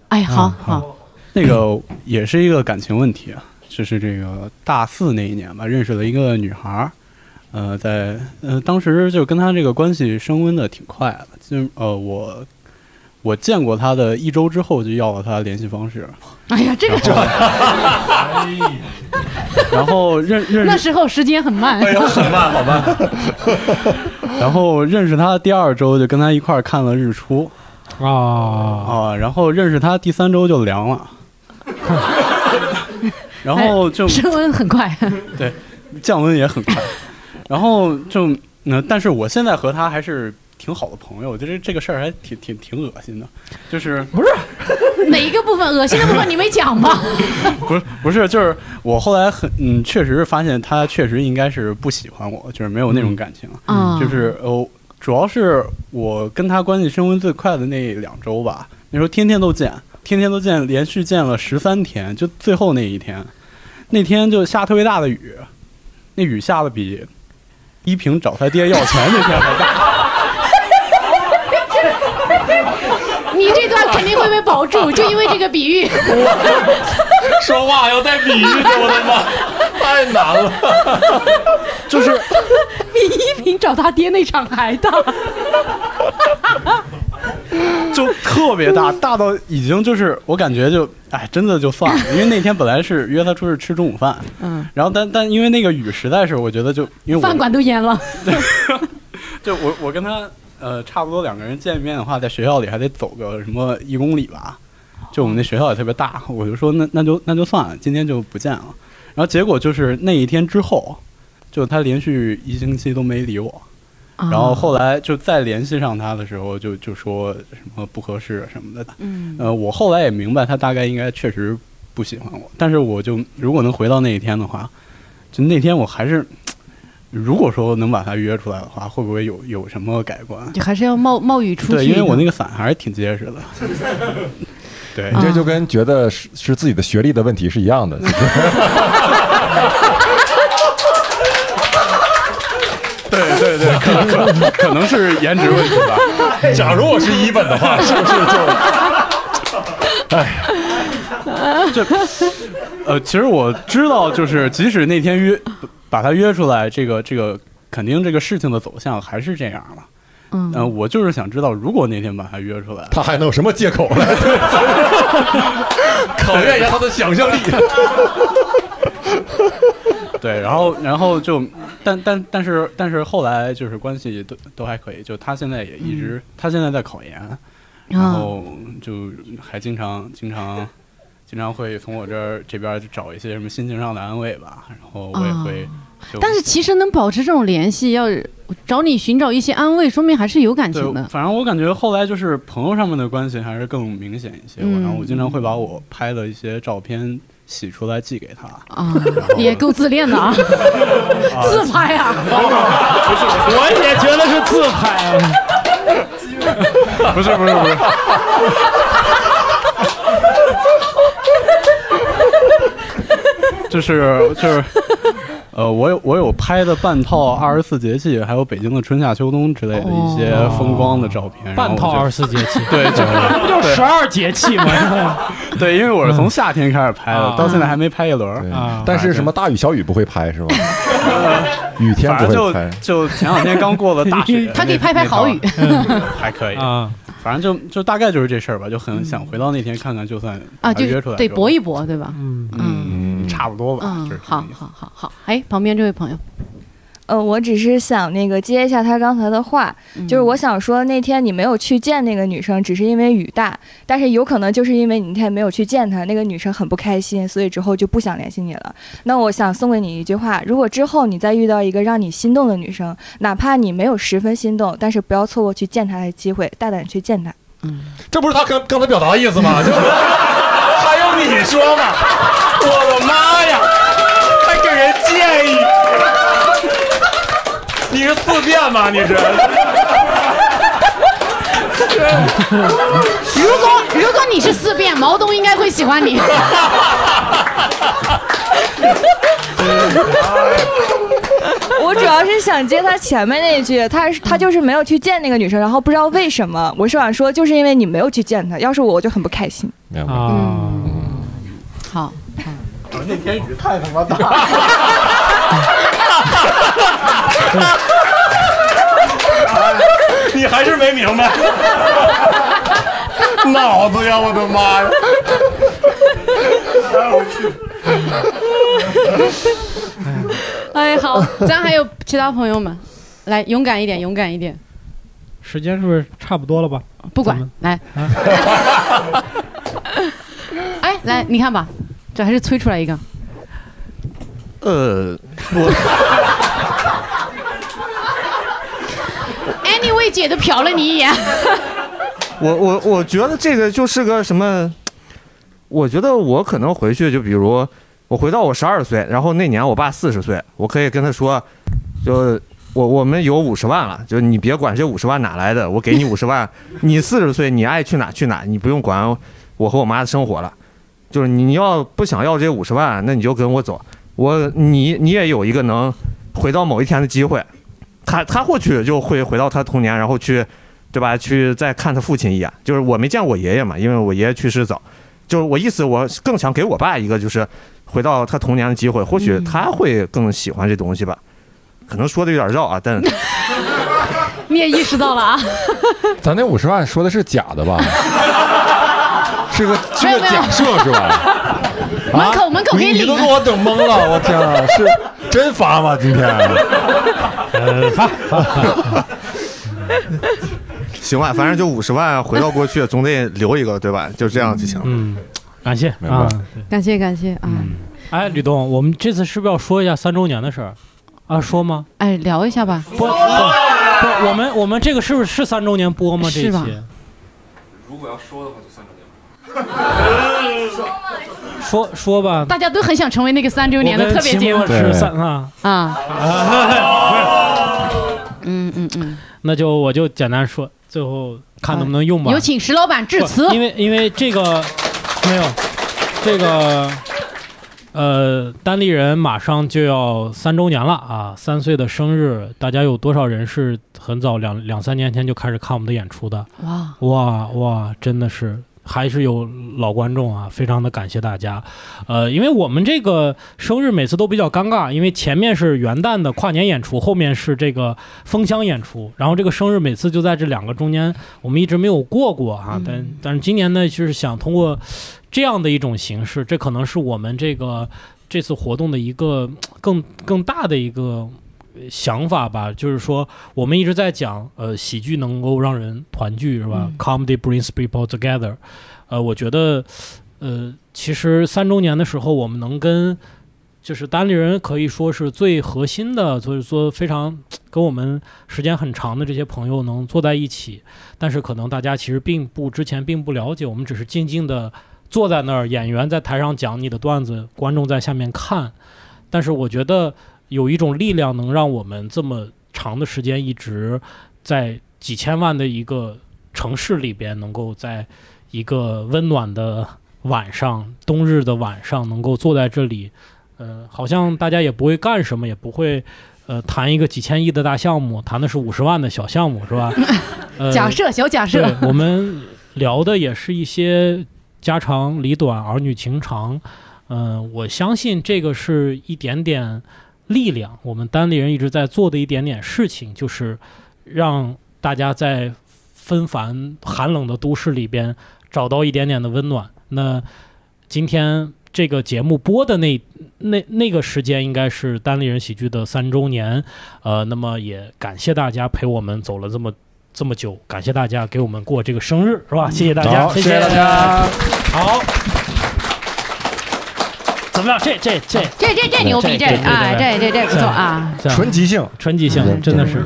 S2: 哎，好好，
S11: 那个也是一个感情问题，啊，就是这个大四那一年吧，认识了一个女孩儿，呃，在呃当时就跟她这个关系升温的挺快的，就呃我我见过她的一周之后就要了她联系方式，
S2: 哎呀，这个
S11: 然后认认识
S2: 那时候时间很慢，
S11: 好 吧。然后认识他第二周就跟他一块儿看了日出，啊啊，然后认识他第三周就凉 了，然后就
S2: 哎升温很快。
S11: 对，降温也很快。然后就那、但是我现在和他还是挺好的朋友，我觉得这个事儿还挺挺挺恶心的，就是不是
S2: 哪一个部分恶心的部分你没讲吧？
S11: 不是不是，就是我后来很嗯，确实是发现他确实应该是不喜欢我，就是没有那种感情，
S14: 嗯
S11: 就是呃，主要是我跟他关系升温最快的那两周吧，那时候天天都见，天天都见，连续见了十三天，就最后那一天，那天就下特别大的雨，那雨下的比依萍找他爹要钱那天 还大。
S2: 你这段肯定会被保住，就因为这个比喻。
S5: 说话要带比喻，我的妈，太难了。
S11: 就是
S2: 比依萍找他爹那场还大。
S11: 就特别大，大到已经就是我感觉就哎，真的就算了，因为那天本来是约他出去吃中午饭，
S2: 嗯，
S11: 然后但但因为那个雨实在是，我觉得就因为
S2: 饭
S11: 我
S2: 馆都淹了。
S11: 就我我跟他呃差不多两个人见面的话，在学校里还得走个什么一公里吧，就我们那学校也特别大，我就说那那就那就算了，今天就不见了。然后结果就是那一天之后，就他连续一星期都没理我。
S14: 啊
S11: 然后后来就再联系上他的时候就，就说什么不合适什么的。
S14: 嗯
S11: 呃，我后来也明白，他大概应该确实不喜欢我。但是我就如果能回到那一天的话，就那天我还是，如果说能把他约出来的话，会不会有有什么改观？
S2: 就还是要冒冒雨出去的。
S11: 对，因为我那个伞还是挺结实 的。对
S4: 哎
S2: 嗯
S4: 你这就跟觉得是是自己的学历的问题是一样的。
S11: 对对对，可能可可能是颜值问题吧。
S5: 假如我是一本的话，是不
S11: 哎，
S5: 是就？
S11: 这呃，其实我知道，就是即使那天约把他约出来，这个这个肯定这个事情的走向还是这样了。
S2: 嗯
S11: 呃，我就是想知道，如果那天把他约出来，
S5: 他还能有什么借口 呢？考验一下他的想象力。
S11: 对，然后然后就，但但但是但是后来就是关系都都还可以，就他现在也一
S2: 嗯
S11: 直、他现在在考研，
S2: 哦
S11: 然后就还经常经常经常会从我这儿这边找一些什么心情上的安慰吧，然后我也会就、
S2: 哦但是其实能保持这种联系，要找你寻找一些安慰，说明还是有感
S11: 对
S2: 情的，。
S11: 反正我感觉后来就是朋友上面的关系还是更明显一些。
S2: 嗯
S11: 然后我经常会把我拍的一些照片洗出来寄给他。
S2: 啊，也够自恋 的啊，自拍啊，
S3: 我也觉得是自
S11: 啊
S3: 拍。
S11: 不是 不是不是，就是就是，呃，我有我有拍的半套二十四节气，还有北京的春夏秋冬之类的一些
S4: 哦
S11: 风光的照片。
S3: 半套
S11: 二
S3: 24节气
S11: 对，
S3: 这不就是12节气吗？
S11: 对，因为我是从夏天开始拍
S2: 嗯
S11: 的，到现在还没拍一轮儿。啊
S2: 啊
S4: 但是什么大雨小雨不会拍是吧？雨天
S11: 反
S4: 不
S11: 正就
S4: 会拍。
S11: 就前两天刚过了大
S2: ，
S11: 雪
S2: 他可以拍拍好雨嗯
S11: 那那套还可以啊。反正就就大概就是这事儿吧，就很想回到那天看看，就算
S2: 啊，
S11: 把
S2: 就
S11: 约出来
S2: 得
S11: 之后
S2: 搏一搏，对吧？嗯
S11: 嗯，差不多吧。
S2: 嗯，好好好好，哎，旁边这位朋友，
S20: 呃，我只是想那个接一下他刚才的话，
S2: 嗯
S20: 就是我想说那天你没有去见那个女生，只是因为雨大，但是有可能就是因为你那天没有去见她，那个女生很不开心，所以之后就不想联系你了。那我想送给你一句话：如果之后你再遇到一个让你心动的女生，哪怕你没有十分心动，但是不要错过去见她的机会，大胆去见她。
S5: 这不是他刚刚才表达的意思吗？ 就还用你说吗？我的妈呀！还给人建议， 你是四变吗？你 是？
S2: 如果如果你是四变，毛东应该会喜欢你。
S20: 我主要是想接他前面那一句，他是他就是没有去见那个女生，然后不知道为什么。我是想说，就是因为你没有去见她，要是我我就很不开心。
S4: 明
S3: 白。嗯，
S2: 好。嗯
S11: 那天雨太他妈大
S5: 你还是没明 白，脑子呀！我的妈 呀！
S2: 哎，好，咱还有其他朋友们，来，勇敢一点，勇敢一点，
S3: 时间是不是差不多了吧？
S2: 不管，来，哎，来，你看吧，这还是催出来一个，
S21: 呃，我
S2: Anyway 姐都瞟了你一眼，
S21: 我我我觉得这个就是个什么，我觉得我可能回去就比如我回到我十二岁，然后那年我爸四十岁，我可以跟他说，就我我们有五十万了，就你别管这五十万哪来的，我给你五十万，你四十岁你爱去哪去哪，你不用管我和我妈的生活了。就是你要不想要这五十万，那你就跟我走。我你你也有一个能回到某一天的机会。他他或许就会回到他童年，然后去，对吧？去再看他父亲一眼。就是我没见我爷爷嘛，因为我爷爷去世早。就是我意思，我更想给我爸一个就是回到他童年的机会，或
S4: 嗯
S21: 许他会更喜欢这东西吧。可能说的有点绕啊，但
S2: 你也意识到了啊，
S4: 咱那五十万说的是假 的吧？是个是
S2: 没有
S4: 个
S2: 没有
S4: 假设是吧？啊
S2: 门口门口给
S4: 你
S2: 领
S4: 你都给我整懵了，我天啊！是真发啊吗？今天？
S3: 呃，发发发。
S21: 行吧，反正就五十万回到过去，总得留一个对吧？就这样就行。
S3: 嗯，感谢
S21: 明
S3: 啊
S21: 白。
S2: 感谢感谢啊！
S3: 哎，吕东，我们这次是不是要说一下三周年的事儿啊？说吗？
S2: 哎，聊一下吧。
S3: 不不不， 我们我们这个是不是是三周年播吗？这一
S2: 是吧
S3: 期
S5: 如果要说的话，就算这
S3: 说说吧。
S2: 大家都很想成为那个三周
S3: 我
S2: 年的
S3: 跟
S2: 特别
S3: 秦
S2: 节目
S3: 牧是三啊。
S2: 啊！嗯嗯嗯，
S3: 那就我就简单说，最后看能不能用吧。
S2: 有请石老板致辞
S3: 不。因为因为这个没有这个呃，单立人马上就要三周年了啊，三岁的生日，大家有多少人是很早两两三年前就开始看我们的演出的？
S2: 哇
S3: 哇哇，真的是。还是有老观众啊，非常的感谢大家，呃，因为我们这个生日每次都比较尴尬，因为前面是元旦的跨年演出，后面是这个封箱演出，然后这个生日每次就在这两个中间，我们一直没有过过哈、
S5: 嗯
S3: 但但是今年呢，就是想通过这样的一种形式，这可能是我们这个这次活动的一个更更大的一个呃想法吧，就是说我们一直在讲，呃，喜剧能够让人团聚是吧、
S5: 嗯
S3: c o m e d y brings people together。呃，我觉得，呃，其实三周年的时候，我们能跟就是单立人可以说是最核心的，所以说非常跟我们时间很长的这些朋友能坐在一起，但是可能大家其实并不之前并不了解，我们只是静静的坐在那儿，演员在台上讲你的段子，观众在下面看，但是我觉得有一种力量能让我们这么长的时间一直在几千万的一个城市里边，能够在一个温暖的晚上，冬日的晚上，能够坐在这里，呃，好像大家也不会干什么，也不会。呃，谈一个几千亿的大项目，谈的是五十万的小项目，是 吧？呃、
S2: 假设小假设
S3: 对我们聊的也是一些家长里短、儿女情长。嗯、我相信这个是一点点力量。我们单立人一直在做的一点点事情，就是让大家在纷繁寒冷的都市里边找到一点点的温暖。那今天这个节目播的那那那个时间，应该是单立人喜剧的三周年。呃，那么也感谢大家陪我们走了这么这么久，感谢大家给我们过这个生日，是吧？谢谢大家，
S5: 好
S3: 谢
S5: 谢谢大家。
S3: 好，怎么样？这这这
S2: 这这这牛逼，这啊，这这这不错啊！
S3: 纯
S5: 即兴，
S3: 纯即兴，真的是，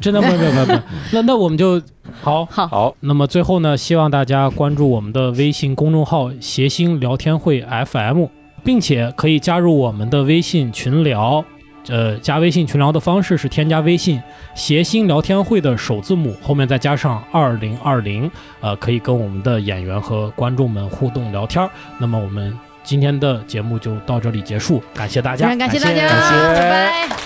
S3: 真的不不不不，那那我们就好
S2: 好
S3: 好。那么最后呢，希望大家关注我们的微信公众号“谐星聊天会 FM”，并且可以加入我们的微信群聊。呃，加微信群聊的方式是添加微信“谐星聊天会”的首字母，后面再加上二零二零，呃，可以跟我们的演员和观众们互动聊天儿。那么我们今天的节目就到这里结束，感谢大
S2: 非
S3: 家，
S2: 常感谢大家，
S3: 感谢
S2: 拜拜。